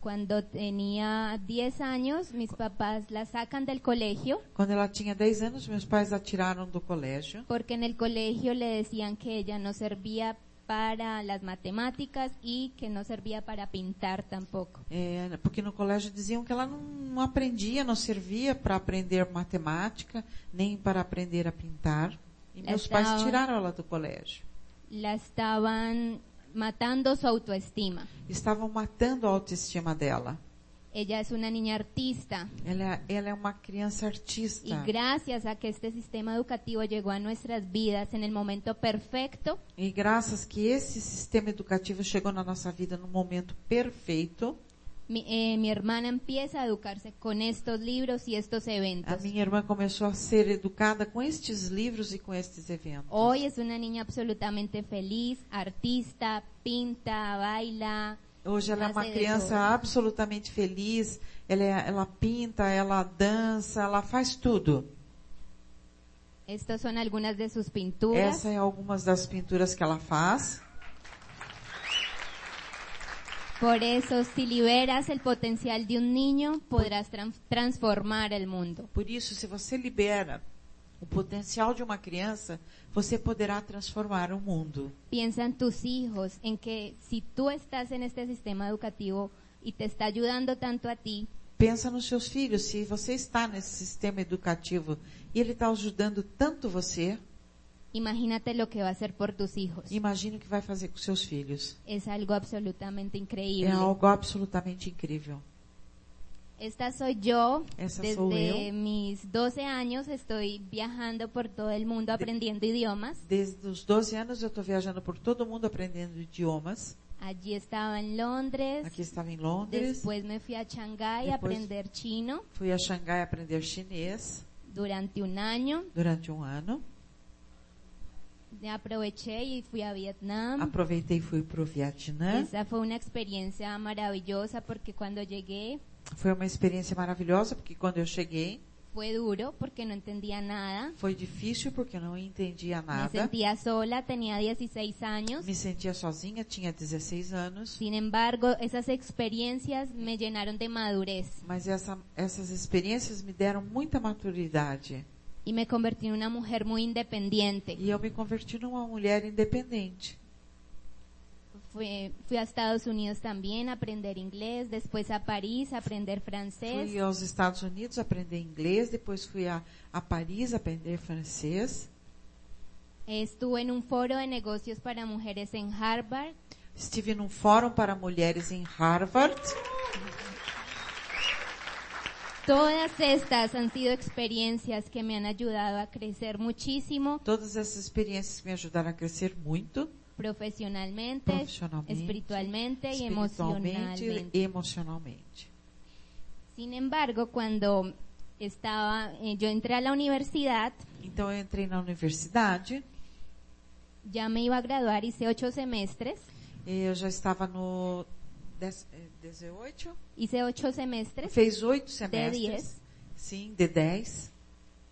Cuando tenía 10 años, mis papás la sacan del colegio
Quando ela tinha 10 anos, meus pais a tiraram do colégio,
porque en el colegio le decían que ella no servía para las matemáticas y que no servía para pintar tampoco.
é, porque no colégio diziam que ela não, não aprendia, não servia para aprender matemática, nem para aprender a pintar. E meus
Legal.
pais tiraram ela do colégio.
La estaban matando su autoestima.
Estavam matando a autoestima dela.
Ella es una niña artista
Ela, é- ela é uma criança
y
artista.
gracias a que este sistema educativo llegó a nuestras vidas en el momento perfecto,
E graças que esse sistema educativo chegou na nossa vida no momento perfeito,
mi, eh, mi hermana empieza a educarse con estos libros y estos
a
eventos.
minha irmã começou a ser educada com estes livros e com estes eventos.
Hoy es una niña absolutamente feliz, artista, pinta, baila.
Hoje ela é uma
hace de
criança
todo.
absolutamente feliz, ela, é- ela pinta, ela dança, ela faz tudo.
Estas son algunas de sus pinturas.
Essa é algumas das pinturas que ela faz.
Por eso, si liberas el potencial de un niño, podrás tran- transformar el mundo.
Por isso, se você libera o potencial de uma criança, você poderá transformar o mundo.
Piensa en tus hijos, en que si tú estás en este sistema educativo y te está ayudando tanto a ti,
Pensa nos seus filhos, se você está nesse sistema educativo e ele está ajudando tanto você,
imagínate lo que va a hacer por tus hijos.
imagine o que vai fazer com seus filhos.
Es algo absolutamente increíble.
É algo absolutamente incrível.
Esta soy yo.
Esa
Desde
soy yo.
mis 12 años estoy viajando por todo el mundo aprendiendo idiomas.
Desde os 12 anos eu estou viajando por todo mundo aprendendo idiomas.
Allí estaba en Londres.
Aqui estava em Londres,
Después me fui a Shanghái a
Después-
aprender chino
fui a Xangai aprender chinês
durante un año.
durante um ano.
Aproveché y fui a Vietnam.
Aproveitei e fui para o Vietnã.
Esa fue una experiencia maravillosa porque cuando llegué
Foi uma experiência maravilhosa, porque quando eu cheguei,
fue duro porque no entendía nada.
foi difícil porque eu não entendia
Me
nada.
sentía sola, tenía 16 años.
Me sentia sozinha, tinha 16 anos.
Sin embargo, esas experiencias me llenaron de madurez
Mas essa, essas experiências me deram muita maturidade.
y me convertí en una mujer muy independiente.
E eu me converti numa mulher independente.
Fui, fui a Estados Unidos también a aprender inglés, después a París a aprender francés.
Fui aos Estados Unidos aprender inglês, depois fui a, a Paris aprender francês.
Estuve en un foro de negocios para mujeres en Harvard.
Estive num fórum para mulheres em Harvard.
Todas estas han sido experiencias que me han ayudado a crecer muchísimo
Todas essas experiências me ajudaram a crescer muito,
profesionalmente,
Profesionalmente,
É, espiritualmente y
espiritualmente
emocionalmente.
e emocionalmente.
Sin embargo, cuando estaba, eh, yo entré a la universidad,
Então eu entrei na universidade,
ya me iba a graduar, hice ocho semestres,
eu já estava no 10, eh, 18,
hice ocho semestres
fez oito
de
semestres.
diez,
Sim, de 10.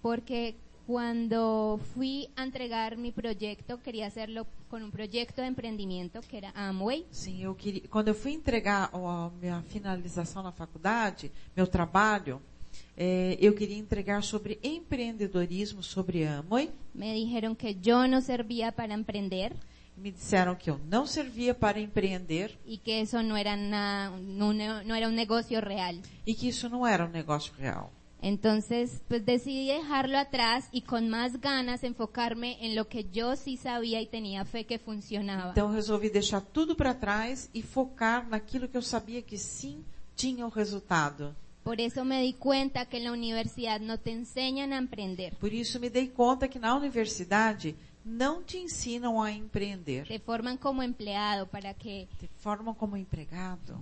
porque cuando fui a entregar mi proyecto, quería hacerlo con un proyecto de emprendimiento que era Amway.
Sim, eu queria. Quando eu fui entregar o- a minha finalização na faculdade, meu trabalho, eh, eu queria entregar sobre empreendedorismo, sobre Amway.
Me dijeron que yo no servía para emprender
Me disseram que eu não servia para empreender
y que eso no era, na- no, no- no era un negocio real.
e que isso não era um negócio real.
Entonces, pues decidí dejarlo atrás y con más ganas enfocarme en lo que yo sí sabía y tenía fe que funcionaba.
Então eu resolvi deixar tudo para trás e focar naquilo que eu sabia que sim tinha o resultado.
Por eso me di cuenta que en la universidad no te enseñan a emprender.
Por isso me dei conta que na universidade não te ensinam a empreender.
Te forman como empleado para que,
Te formam como empregado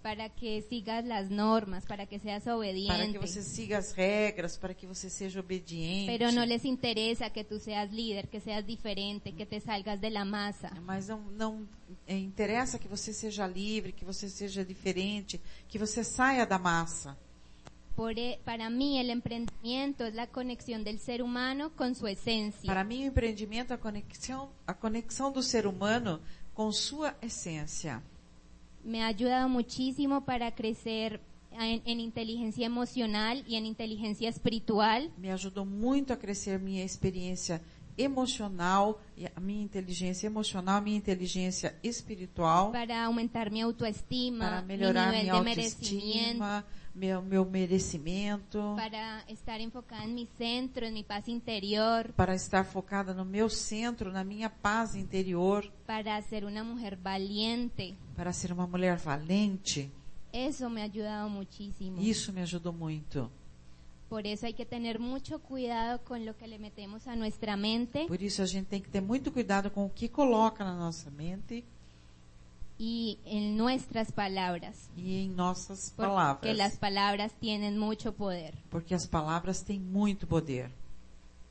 para que sigas las normas, para que seas
para que
obediente.
você siga as regras, para que você seja obediente.
Pero no les interesa que tú seas líder, que seas diferente, que te salgas de la masa.
Mas não, não é, interessa que você seja livre, que você seja diferente, que você saia da massa.
Por e- para mí el emprendimiento es la conexión del ser humano con su esencia.
Para mim, o empreendimento é a conexão, a conexão do ser humano com sua essência.
Me ha ayudado muchísimo para crecer en, en inteligencia emocional y en inteligencia espiritual.
Me ajudou muito a crescer minha experiência emocional, e a minha inteligência emocional, minha inteligência espiritual,
para aumentar mi autoestima,
para
mi
melhorar
nivel
minha
de merecimiento,
autoestima, meu, meu merecimento,
para estar enfocada en mi centro, en mi paz interior,
para estar focada no meu centro, na minha paz interior,
para ser una mujer valiente.
para ser uma mulher valente.
Eso me ha ayudado muchísimo.
Isso me ajudou muito.
Por eso hay que tener mucho cuidado con lo que le metemos a nuestra mente
Por isso a gente tem que ter muito cuidado com o que coloca na nossa mente
y en nuestras palabras,
e em nossas
porque
palavras,
las palabras tienen mucho poder.
porque as palavras têm muito poder.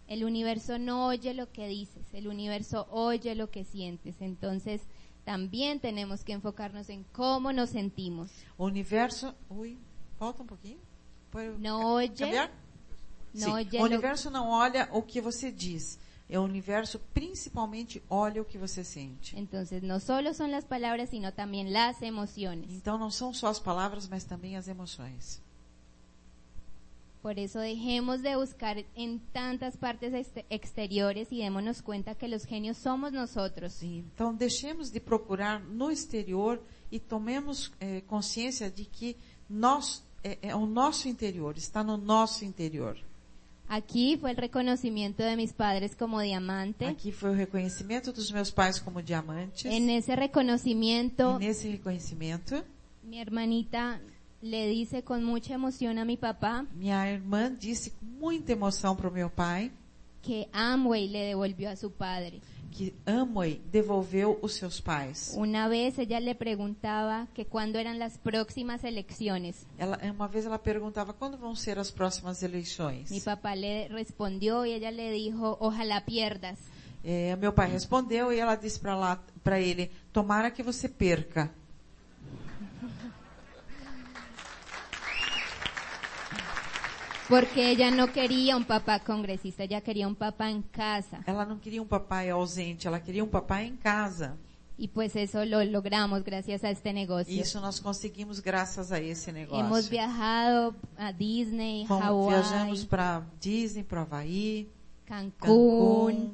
El universo no oye lo que dices, el universo oye lo que sientes. Entonces, también tenemos que enfocarnos en cómo nos sentimos.
O universo, ui, volta um pouquinho. Põe o-
No oye,
Cambiar?
No
Sim.
oye
o
lo-
universo não olha o que você diz. É o universo principalmente olha o que você sente.
Entonces, no solo son las palabras, sino también las emociones.
Então não são só as palavras, mas também as emoções.
Por eso dejemos de buscar en tantas partes este- exteriores y démonos cuenta que los genios somos nosotros.
Sim, Então deixemos de procurar no exterior e tomemos eh, consciência de que nós é, é o nosso interior, está no nosso interior.
Aquí fue el reconocimiento de mis padres como diamante.
Aqui foi o reconhecimento dos meus pais como diamantes.
En ese reconocimiento,
E nesse reconhecimento,
mi hermanita le dice con mucha emoción a mi papá
minha irmã disse com muita emoção para o meu pai
que Amway le devolvió a su padre.
que Amway devolveu os seus pais.
Una vez ella le preguntaba que cuándo eran las próximas elecciones.
Ela, uma vez ela perguntava quando vão ser as próximas eleições.
Mi papá le respondió y ella le dijo, ojalá pierdas.
É, meu pai respondeu e ela disse para lá para ele: "Tomara que você perca".
Porque ella no queria un papá congresista, ella quería un papá en casa.
Ela não queria um papai ausente, ela queria um papai em casa.
Y pues eso lo logramos gracias a este negocio.
Isso nós conseguimos graças a esse negócio.
Hemos viajado a Disney,
Fomos- viajamos
Hawái,
para Disney, para Havaí,
Cancún.
Cancún.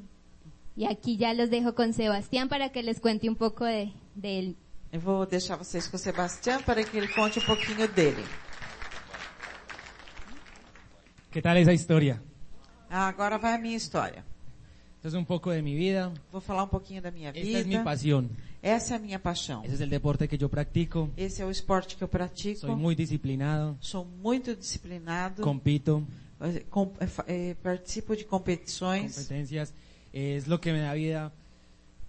Y aquí ya los dejo con Sebastián para que les cuente un poco de, de él.
Eu vou deixar vocês com o Sebastião para que ele conte um pouquinho dele.
¿Qué tal esa historia?
Ah, agora vai a minha história.
Esto es un poco de mi vida.
Vou falar um pouquinho da minha
Esta es mi
vida.
pasión.
Essa é a minha paixão.
Ese es el deporte que yo practico.
Esse é o esporte que eu pratico.
Soy muy disciplinado.
Sou muito disciplinado.
Compito.
Eh, com- eh, fa- eh, participo de competições.
Competencias. Es lo que me da vida,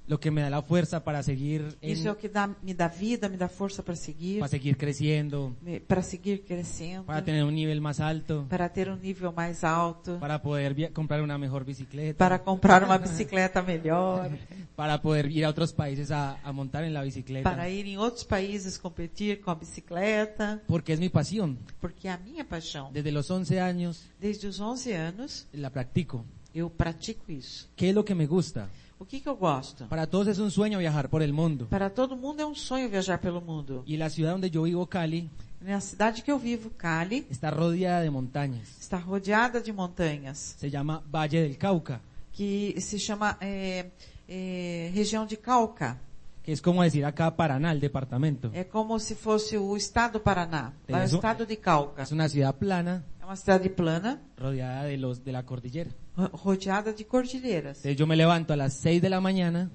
lo que me da la fuerza para seguir, en-
Isso é o que dá, me dá vida, me dá força para seguir,
para seguir creciendo,
me- para seguir crescendo,
para tener un nivel más alto,
para ter um nível mais alto,
para poder via- comprar una mejor bicicleta,
para comprar uma bicicleta melhor,
para poder ir a otros países a, a montar en la
para
bicicleta.
ir em outros países competir com a bicicleta,
Porque es mi pasión.
porque é a minha paixão.
Desde los 11 años
Desde os 11 anos
la practico.
eu pratico isso.
¿Qué es lo que me gusta?
O que, que eu gosto?
Para todos es un sueño viajar por el mundo.
Para todo mundo é um sonho viajar pelo mundo.
Y la ciudad donde yo vivo, Cali,
Na cidade que eu vivo, Cali,
está rodeada de montañas.
está rodeada de montanhas,
Se llama Valle del Cauca,
que se chama é, é, região de Calca.
que es como decir acá Paraná, el departamento.
É como se fosse o estado do Paraná, lá é o
Tem zo-
estado de Calca.
Es una ciudad plana
É uma cidade plana,
rodeada de los de la cordillera.
ro- rodeada de cordilheiras.
Entonces yo me levanto a las 6 de la mañana,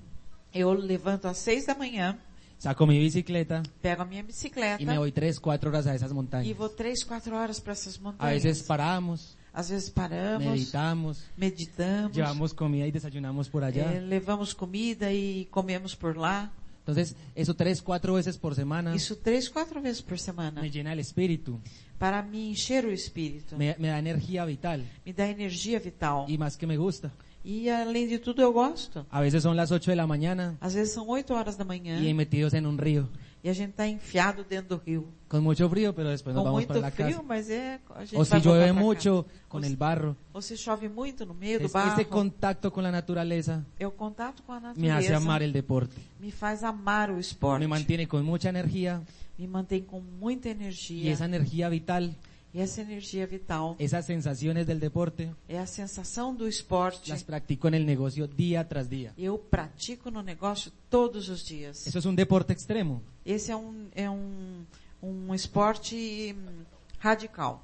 Eu levanto às seis da manhã,
saco mi bicicleta
pego a minha bicicleta
y me voy 3, 4 horas a esas
e
montañas.
vou três, quatro horas para essas
A
montanhas.
veces paramos,
Às vezes paramos,
meditamos,
meditamos,
llevamos comida y desayunamos por
eh,
allá.
levamos comida e comemos por lá.
Entonces, eso 3, 4 veces por semana
Isso três, quatro vezes por semana.
me llena el espíritu,
Para me encher o espírito,
me, me da energía vital
me dá energia vital.
y más que me gusta.
E além de tudo eu gosto.
A veces son las 8 de la mañana
Às vezes são oito horas da manhã
y ahí metidos en un río.
e a gente está enfiado dentro do rio.
Con mucho frío, pero después nos
com
vamos
muito
para la
frio,
casa.
mas é a gente
O
vai
si
voltar
llueve
pra cá.
mucho,
Ou
con
se-
el barro.
Ou se chove muito no meio do
Entonces,
barro.
Este contacto con la naturaleza
É o contato com a natureza.
me hace amar el deporte.
me faz amar o esporte.
Me mantiene con mucha energía
Me mantém com muita energia.
y esa energía vital,
E essa energia vital.
esas sensaciones del deporte,
É a sensação do esporte.
las practico en el negocio día tras día.
Eu pratico no negócio todos os dias.
Eso es un deporte extremo.
Esse é um, é um, um esporte hum, radical.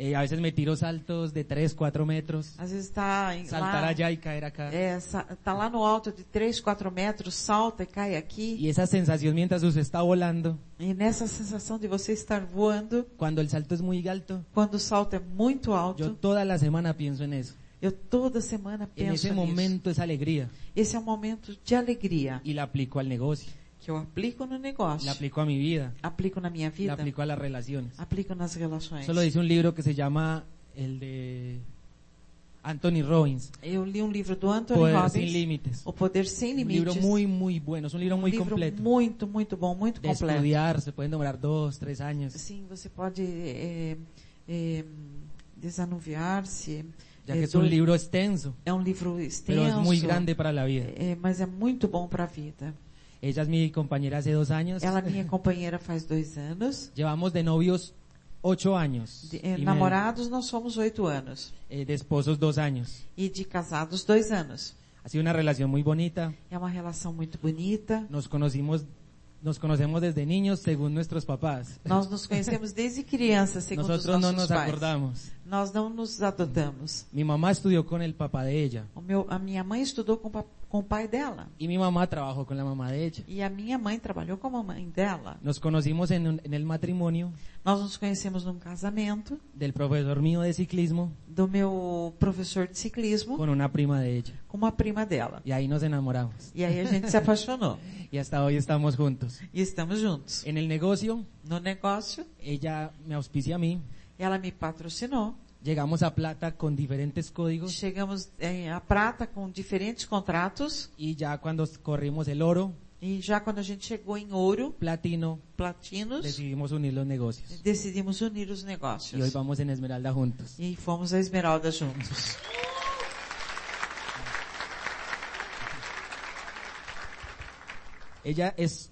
Eh, a veces me tiro saltos de 3, 4 metros,
Às vezes está
saltar
lá,
allá y caer acá.
é, sa- tá lá no alto de 3, 4 metros, salta e cai aqui.
Y esa sensación mientras usted está volando,
E nessa sensação de você estar voando,
cuando el salto es muy alto,
quando o salto é muito
yo
alto,
toda la semana pienso en eso.
eu toda semana
En
penso
ese
nisso.
momento es alegría
Esse é um momento de alegria
y la aplico al negocio,
que eu aplico no
la
negócio,
aplico a mi vida,
aplico na minha
la
vida, Ah,
aplico a las relaciones.
aplico nas relações.
Eso lo dice un libro que se llama el de Anthony Robbins,
Eu li um livro do Anthony
Poder
Robbins, Oh,
sin límites.
O Poder Sem
Un libro
Limites.
muy, muy bueno, es un libro
um
muy
livro
completo.
muito, muito bom, muito
de
completo.
estudiar, se pueden demorar dos, tres años,
Sim, você pode é, é, desanuviar-se.
ya
É,
que es
do-
un libro extenso,
é um livro
pero
extenso,
es muy grande para la vida.
é, mas é muito bom para a vida.
Ella es mi compañera hace dos años.
Ela é minha companheira faz dois anos.
Llevamos de novios ocho años.
De,
y
é,
medio.
namorados nós somos oito anos
Eh, de esposos dos años.
e de casados dois anos.
Ha sido una relación muy bonita.
É uma relação muito bonita.
Nos conocimos, nos conocemos desde niños según nuestros papás.
Nós nos conhecemos desde criança, segundo
Nosotros
os
no nos
nossos pais.
acordamos.
Nós não nos adotamos.
Mi mamá estudió con el papá de ella.
O meu, a minha mãe estudou com, o pa- com o pai dela.
Y mi mamá trabajó con la mamá de ella.
E a minha mãe trabalhou com a mãe dela.
Nos conocimos en, un- en el matrimonio
Nós nos conhecemos num casamento
del profesor mío de ciclismo
do meu professor de ciclismo
con una prima de ella.
com uma prima dela.
Y ahí nos enamoramos.
E aí a gente se apaixonou.
Y hasta hoy estamos juntos.
E estamos juntos.
En el negocio,
No negócio,
ella me auspicia a mí.
ela me patrocinou.
Llegamos a plata con diferentes códigos.
Chegamos eh, à prata com diferentes contratos.
Y ya cuando corrimos el oro,
E já quando a gente chegou em ouro,
platino,
platinos,
decidimos unir los negocios.
decidimos unir os
Y hoy
negócios.
vamos en Esmeralda juntos.
E fomos a Esmeralda juntos.
Ella es,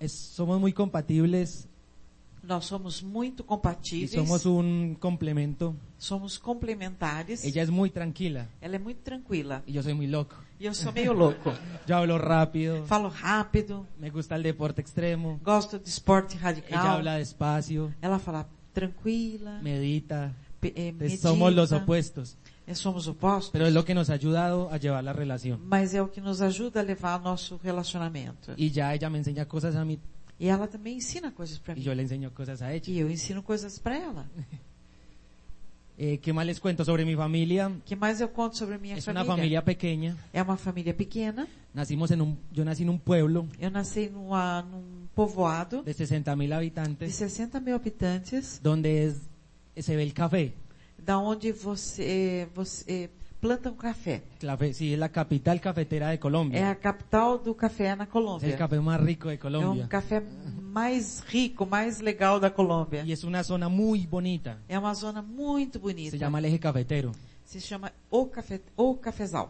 es- somos muy compatibles
Nós somos muito
y
compatíveis,
somos un complemento.
somos complementares.
Ella es muy tranquila
Ela é muito tranquila.
y yo soy muy loco.
E eu sou meio louco.
Yo hablo rápido,
Falo rápido,
me gusta el deporte extremo.
gosto de esporte
Ella
radical.
habla despacio,
Ela fala tranquila.
medita.
pe- eh,
Entonces,
medita.
somos los opuestos,
É, somos opostos.
pero es lo que nos ha ayudado a llevar la relación.
Mas é o que nos ajuda a levar nosso relacionamento. E,
Y ya ella me enseña cosas a mí
ela também ensina coisas para
y
mim.
yo le enseño cosas a ella.
E eu ensino coisas para ela.
Eh, ¿Qué más les cuento sobre mi familia?
O que mais eu conto sobre a minha
Es una
família?
familia pequeña.
É uma família pequena.
Nacimos en un, yo nací en un pueblo
Eu nasci numa, num povoado
de 60 mil
de
habitantes
60 mil habitantes,
donde es- se ve el café.
da onde você, você planta um café.
Café, sí, es la capital cafetera de
É
Colombia.
a capital do café na
Es el
Colômbia.
café más rico de
É
Colombia.
um café mais rico, mais legal da Colômbia.
Y es una zona muy bonita.
É uma zona muito bonita.
Se llama el eje cafetero.
Se chama O, Cafe... o Cafezal.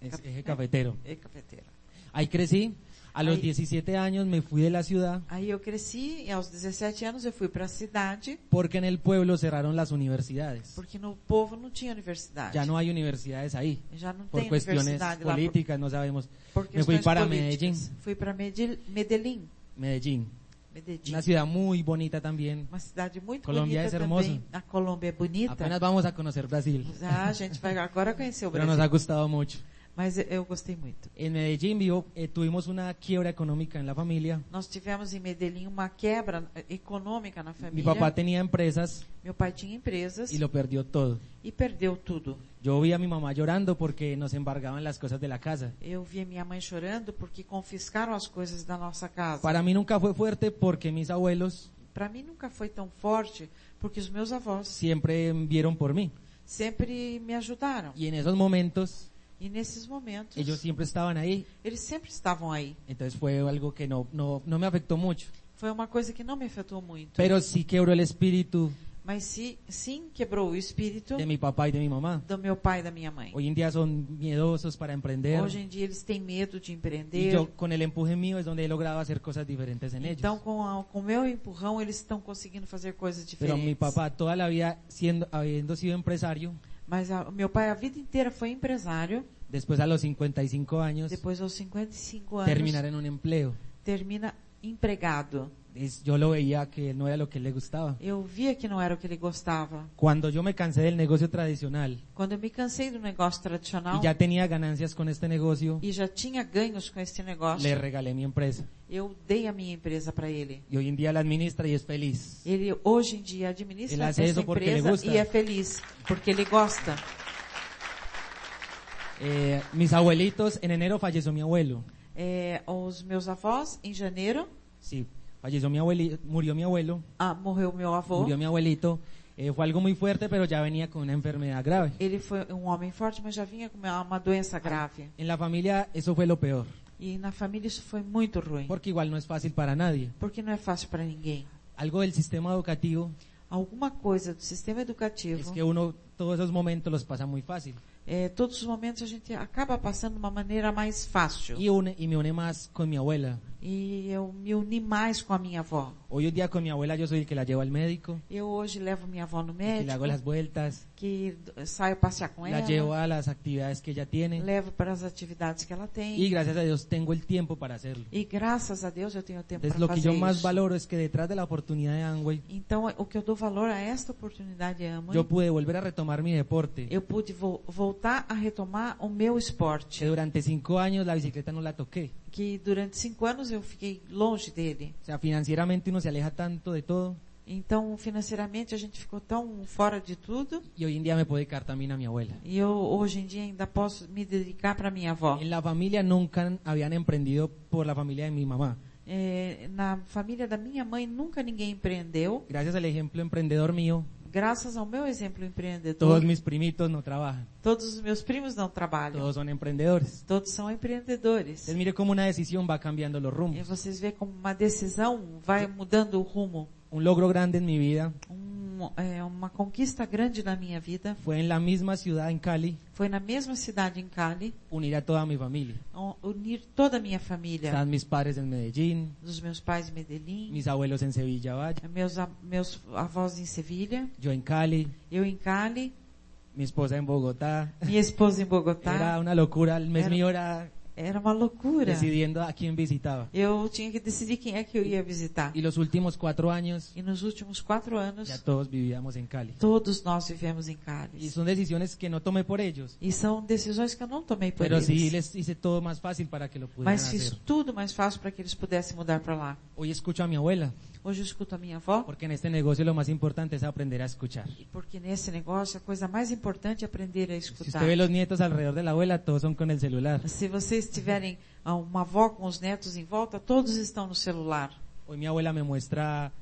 Es eje cafetero.
É cafeteira.
Ahí crecí, A los
Ahí-
17 años me fui de la ciudad
Aí eu cresci e aos 17 anos eu fui para a cidade,
porque en el pueblo cerraron las universidades.
porque no povo não tinha universidade.
Ya no hay universidades ahí.
Já não
Por
tem
cuestiones
universidade lá. Por,
políticas, no sabemos.
por
Me fui
questões
para
políticas.
Medellín.
Fui para Medel- Medellín.
Medellín.
Medellín.
Una ciudad muy bonita también.
Uma cidade muito
Colômbia
bonita
é
também.
hermosa.
A Colômbia é bonita.
Apenas vamos a conocer Brasil.
Ah, a gente vai agora conhecer o
Pero
Brasil.
nos ha gustado mucho.
Mas eu- eu gostei muito.
En Medellín vivo, eh, tuvimos una quiebra económica en la familia.
Nós tivemos em Medellín uma quebra eh, econômica na
Mi
família.
papá tenía empresas
Meu pai tinha empresas
y lo perdió todo.
e perdeu tudo.
Yo vi a mi mamá llorando porque nos embargaban las cosas de la casa.
Eu via minha mãe chorando porque confiscaram as coisas da nossa casa.
Para mí nunca fue fuerte porque mis abuelos
Para mim nunca foi tão forte porque os meus avós
siempre vieron por mí.
sempre me ajudaram.
Y en esos momentos
E nesses momentos,
ellos siempre estaban ahí.
eles sempre estavam ahí.
Entonces fue algo que no, no, no me afectó mucho.
Foi uma coisa que não me afetou muito.
Pero sí quebró el espíritu
Mas se, sim quebrou o espírito
de mi papá y de mi mamá.
do meu pai e da minha mãe.
Hoy en día son miedosos para emprender.
Hoje em dia eles têm medo de
Y
empreender.
yo con el empuje mío es donde he logrado hacer cosas diferentes en
Então,
ellos.
com, a, com o meu empurrão, eles estão conseguindo fazer coisas
Pero
diferentes.
mi papá toda la vida siendo, habiendo sido empresario,
Mas a, meu pai a vida inteira foi empresário.
después a los 55 años
Depois, aos 55 anos,
terminar en un empleo.
termina empregado.
Es- yo lo veía que no era lo que le gustaba.
Eu via que não era o que ele gostava.
Cuando yo me cansé del negocio tradicional
Quando eu me cansei do negócio tradicional
y ya tenía ganancias con este negocio,
e já tinha ganhos com esse negócio,
le regalé mi empresa.
eu dei a minha empresa para ele.
Y hoy en día la administra y es feliz.
Ele hoje em dia administra
Ele
essa
hace isso porque ele
empresa
gosta.
e é feliz, porque ele gosta.
Eh, mis abuelitos, en enero falleció mi abuelo.
É, os meus avós, em janeiro,
Sí, falleció mi abuelito, murió mi abuelo,
ah, morreu meu avô.
murió mi abuelito. Eh, fue algo muy fuerte, pero ya venía con una enfermedad grave.
Ele foi um homem forte, mas já vinha com uma uma doença grave.
En la familia eso fue lo peor,
E na família isso foi muito ruim,
porque igual no es fácil para nadie.
porque não é fácil para ninguém.
Algo del sistema educativo
Alguma coisa do sistema
es
educativo,
que uno todos esos momentos los pasa muy fácil
eh, todos os momentos a gente acaba passando de uma maneira mais fácil.
y, une, y me une más con mi abuela.
E eu me uni mais com a minha avó.
Hoy en día con mi abuela yo soy el que la llevo al médico,
Eu hoje levo minha avó no
el que le hago
médico,
las vueltas,
que d- saio passear com
la llevo
ela,
a las actividades que ella tiene
levo para as atividades que ela
y
tem.
gracias a Dios tengo el tiempo para hacerlo.
E graças a Deus eu tenho tempo
Entonces
para
lo que
fazer
yo más
isso.
valoro es que detrás de la oportunidad de Amway
Então o que eu dou valor a esta oportunidade, amo.
yo pude volver a retomar mi deporte.
eu pude vo- voltar a retomar o meu
Que
esporte,
durante cinco años la bicicleta no la toqué.
que durante cinco anos eu fiquei longe dele.
O sea, financieramente uno se aleja tanto de todo
Então, financeiramente, a gente ficou tão fora de tudo.
y hoy en día me puedo dedicar también a mi abuela.
E eu, hoje em dia, ainda posso me dedicar para minha avó.
En la familia nunca habían emprendido por la familia de mi mamá.
É, na família da minha mãe, nunca ninguém empreendeu.
Gracias al ejemplo emprendedor mío,
Graças ao meu exemplo empreendedor,
todos mis primitos no trabajan,
todos os meus primos não trabalham.
todos son emprendedores.
Todos são empreendedores.
Entonces mire cómo una decisión va cambiando los
E
rumbos.
vocês veem como uma decisão vai mudando o rumo.
Un logro grande en mi vida
Um, é, uma conquista grande na minha vida
fue en la misma ciudad, en Cali,
Foi na mesma cidade em Cali,
unir a toda mi familia.
o- unir toda a minha família,
Están mis padres en Medellín,
dos meus pais em Medellín,
Tá. mis abuelos en Sevilla Valle,
meus, a- meus avós em Sevilha,
yo en Cali,
eu em Cali,
mi esposa en Bogotá.
minha esposa em
Era um
Bogotá.
una locura, el mes
Era-
mío era
Era uma loucura.
decidiendo a quién visitaba.
Eu tinha que decidir quem é que eu ia visitar.
Y los últimos cuatro años
E nos últimos quatro anos,
ya todos vivíamos en Cali.
todos nós vivemos em
Y
Cali.
son decisiones que no tomé por ellos,
E são decisões que eu não tomei por
pero sí les
eles.
hice todo más fácil para que lo pudieran
Mas fiz
hacer.
tudo mais fácil para que eles pudessem mudar para lá.
Hoy escucho a mi abuela,
Hoje eu escuto a minha avó,
porque en este negocio lo más importante es aprender a escuchar.
porque nesse negócio a coisa mais importante é aprender a
Si
escutar.
usted ve los nietos alrededor de la abuela, todos son con el celular.
Se vocês tiverem ah, uma avó com os netos em volta, todos estão no celular.
Hoy mi abuela me muestra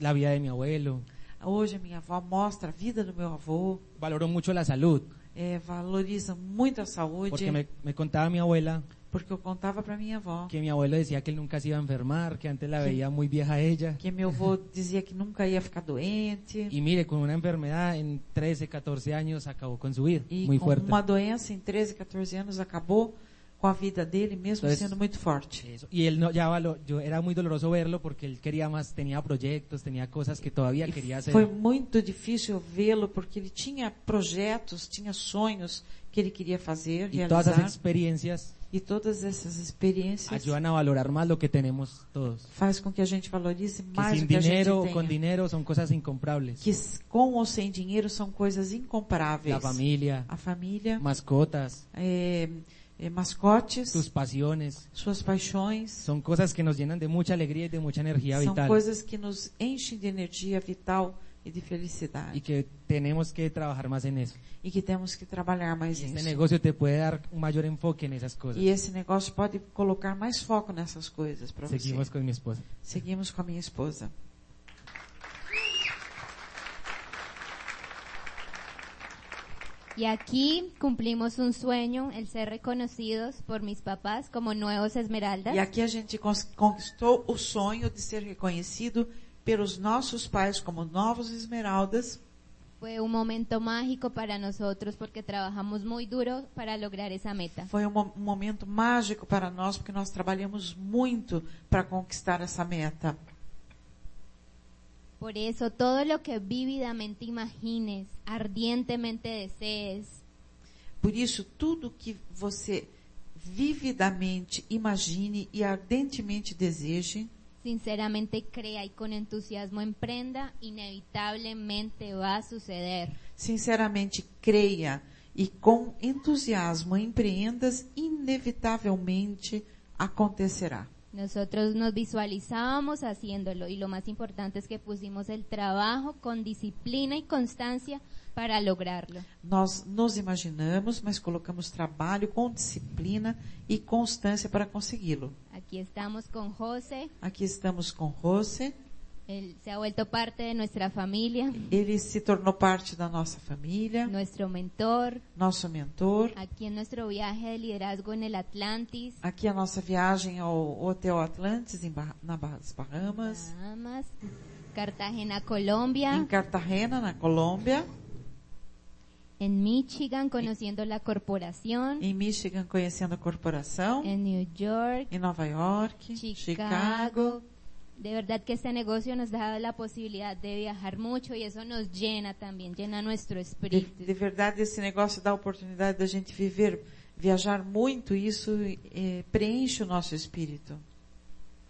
la vida de mi abuelo,
Hoje a minha avó mostra a vida do meu avô,
valoro mucho la salud,
eh, valoriza muito a saúde,
porque me, me contaba mi abuela
porque eu contava para minha avó que,
que mi abuelo decía que él nunca se iba a enfermar, que antes la veía muy vieja ella.
meu avô dizia que nunca ia ficar doente
Y mire, con una enfermedad en 13, 14 años acabó con su vida,
e
muy
com
fuerte.
uma doença em 13, 14 anos acabou com a vida dele, mesmo
Então,
sendo muito forte.
Eso. Y él no, ya valo- yo era muy doloroso verlo porque él quería más, tenía proyectos, tenía cosas que todavía quería
E
hacer.
foi muito difícil vê-lo porque ele tinha projetos, tinha sonhos que ele quería fazer,
Y todas esas
realizar.
experiencias
E todas essas experiências
ayudan a valorar más lo que tenemos todos.
faz com que a gente valorize
Que
mais
sin
o que a gente
dinero o
tem.
con dinero son cosas incomprables.
que s- com ou sem dinheiro são coisas incomparáveis.
La familia,
pues. A família,
mascotas,
é, é, mascotes,
tus pasiones,
suas paixões,
son cosas que nos llenan de mucha alegría y de mucha energía
são
vital.
coisas que nos enchem de energia vital e de
Y
felicidade.
que tenemos que trabajar más en eso.
E que temos que trabalhar mais
Y este
nisso.
negocio te puede dar un mayor enfoque en esas cosas.
E esse negócio pode colocar mais foco nessas coisas para você.
Seguimos con mi esposa.
Seguimos com a minha esposa.
Y aquí cumplimos un sueño, el ser reconocidos por mis papás como nuevos esmeraldas.
E aqui a gente cons- conquistou o sonho de ser reconhecido pelos nossos pais como novos esmeraldas.
Fue un momento mágico para nosotros porque trabajamos muy duro para lograr esa meta.
Foi um, mo- um momento mágico para nós, porque nós trabalhamos muito para conquistar essa meta.
Por eso todo lo que vívidamente imagines, ardientemente desees,
Por isso, tudo que você vividamente imagine e ardentemente deseje,
sinceramente crea y con entusiasmo emprenda, inevitablemente va a suceder.
sinceramente creia e com entusiasmo empreendas, inevitavelmente acontecerá.
Nosotros nos visualizábamos haciéndolo y lo más importante es que pusimos el trabajo con disciplina y constancia para lograrlo.
Nós nos imaginamos, mas colocamos trabalho com disciplina e constância para consegui-lo.
Aquí estamos con José,
Aqui estamos com Rose.
él se ha vuelto parte de nuestra familia,
Ele se tornou parte da nossa família,
nuestro mentor,
nosso mentor.
aquí en nuestro viaje de liderazgo en el Atlantis,
Aqui a nossa viagem ao Hotel Atlantis, em Bar na Barra das Bahamas,
Bahamas, Cartagena,
em
Colombia,
Cartagena, na Colômbia,
en Michigan conociendo la corporación,
em Michigan, conhecendo a corporação,
en New York,
em Nova York, Chicago.
Chicago. De verdad que este negocio nos da la posibilidad de viajar mucho y eso nos llena también, llena nuestro
De,
espíritu.
de verdade, esse negócio dá a oportunidade da gente viver, viajar muito, e isso eh, preenche o nosso espírito.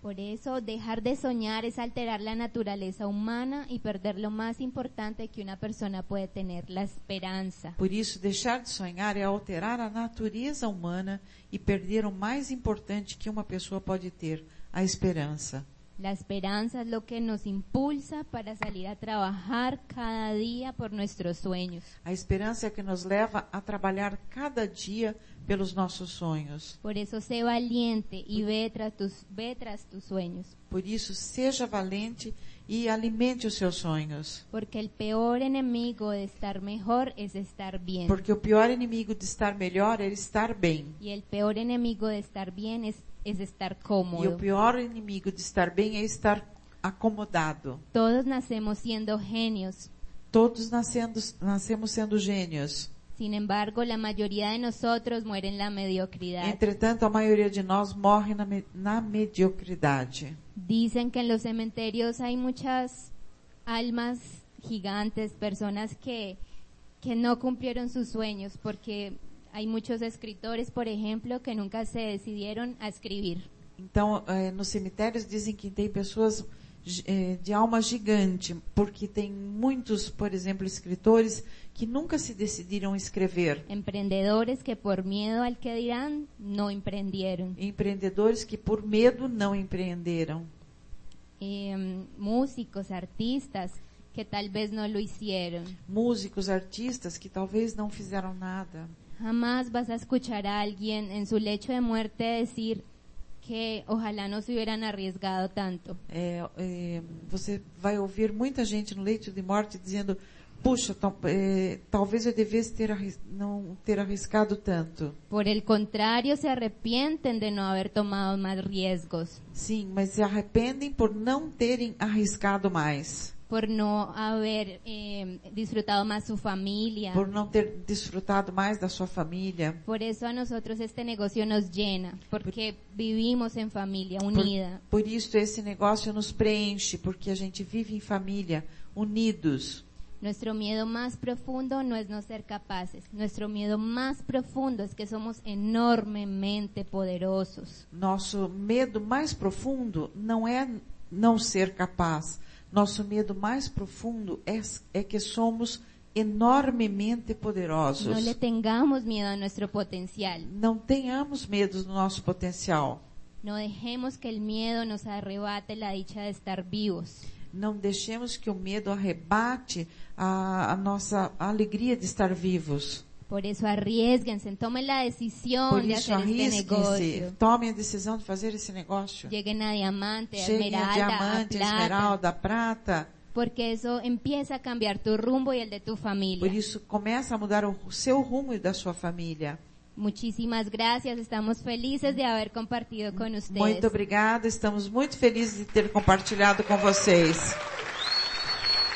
Por eso, dejar de soñar es alterar la naturaleza humana y perder lo más importante que una persona puede tener, la esperanza.
Por isso, deixar de sonhar é alterar a natureza humana e perder o mais importante que uma pessoa pode ter, a esperança.
La esperanza es lo que nos impulsa para salir a trabajar cada día por nuestros sueños.
A esperança é que nos leva a trabalhar cada dia pelos nossos sonhos.
Por eso, sé valiente y ve tras tus, ve tras tus sueños.
Por isso, seja valente e alimente os seus sonhos.
Porque el peor enemigo de estar mejor es estar bien.
Porque o pior inimigo de estar melhor é estar bem.
Y el peor enemigo de estar bien es, es estar
E o
cómodo.
pior inimigo de estar bem é estar acomodado.
Todos nacemos siendo genios.
Todos nascendo, nascemos sendo gênios.
Sin embargo, la mayoría de nosotros muere en la mediocridad.
Entretanto, a maioria de nós morre na, me- na mediocridade.
Dicen que en los cementerios hay muchas almas gigantes, personas que, que no cumplieron sus sueños, porque hay muchos escritores, por ejemplo, que nunca se decidieron a escribir.
Então, eh, nos cemitérios dizem que tem pessoas gi- eh, de alma gigante, porque tem muitos, por exemplo, escritores que nunca se decidiram a escrever.
É. Emprendedores que por miedo al que dirán, no emprendieron.
Empreendedores que por medo não empreenderam.
em, músicos, artistas que tal vez no lo hicieron.
Músicos, artistas que talvez não fizeram nada.
Jamás vas a escuchar a alguien en su lecho de muerte decir que ojalá no se hubieran arriesgado tanto.
É, é, você vai ouvir muita gente no leito de morte dizendo: Puxa, tal- é, talvez eu devesse ter arris- não ter arriscado tanto.
Por el contrario, se arrepienten de no haber tomado más riesgos.
Sim, mas se arrependem por não terem arriscado mais.
por no haber eh, disfrutado más su familia.
por não ter desfrutado mais da sua família.
Por eso a nosotros este negocio nos llena, porque vivimos en familia,
Por,
unida.
por isso esse negócio nos preenche, porque a gente vive em família, unidos.
Nuestro miedo más profundo no es no ser capaces. Nuestro miedo más profundo es que somos enormemente poderosos.
Nosso medo mais profundo não é não ser capaz. Nosso medo mais profundo é, é que somos enormemente
No le
poderosos.
tengamos miedo a nuestro potencial.
Não tenhamos medo do nosso potencial.
No dejemos que el miedo nos arrebate la dicha de estar vivos.
Não deixemos que o medo arrebate a, a nossa alegria de estar vivos.
Por eso arriesguense, tomen la
Por
decisión de
isso,
hacer este
arrisquem-se.
negocio.
Tomem a decisão de fazer esse negócio.
Lleguen a diamante, a
Cheguem a
esmeralda, a
diamante,
plata,
esmeralda, prata.
porque eso empieza a cambiar tu rumbo y el de tu
Por
familia.
isso, começa a mudar o seu rumo e da sua família.
Muchísimas gracias, estamos felices de haber compartido con ustedes.
Muito obrigada, estamos muito felizes de ter compartilhado com vocês.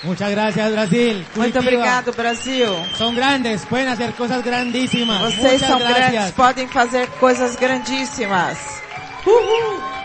Muchas gracias, Brasil.
Muito
Curitiba.
obrigado, Brasil.
Son grandes, pueden hacer cosas grandísimas.
Vocês
Muchas
são
gracias.
grandes, podem fazer coisas grandíssimas. Uhul!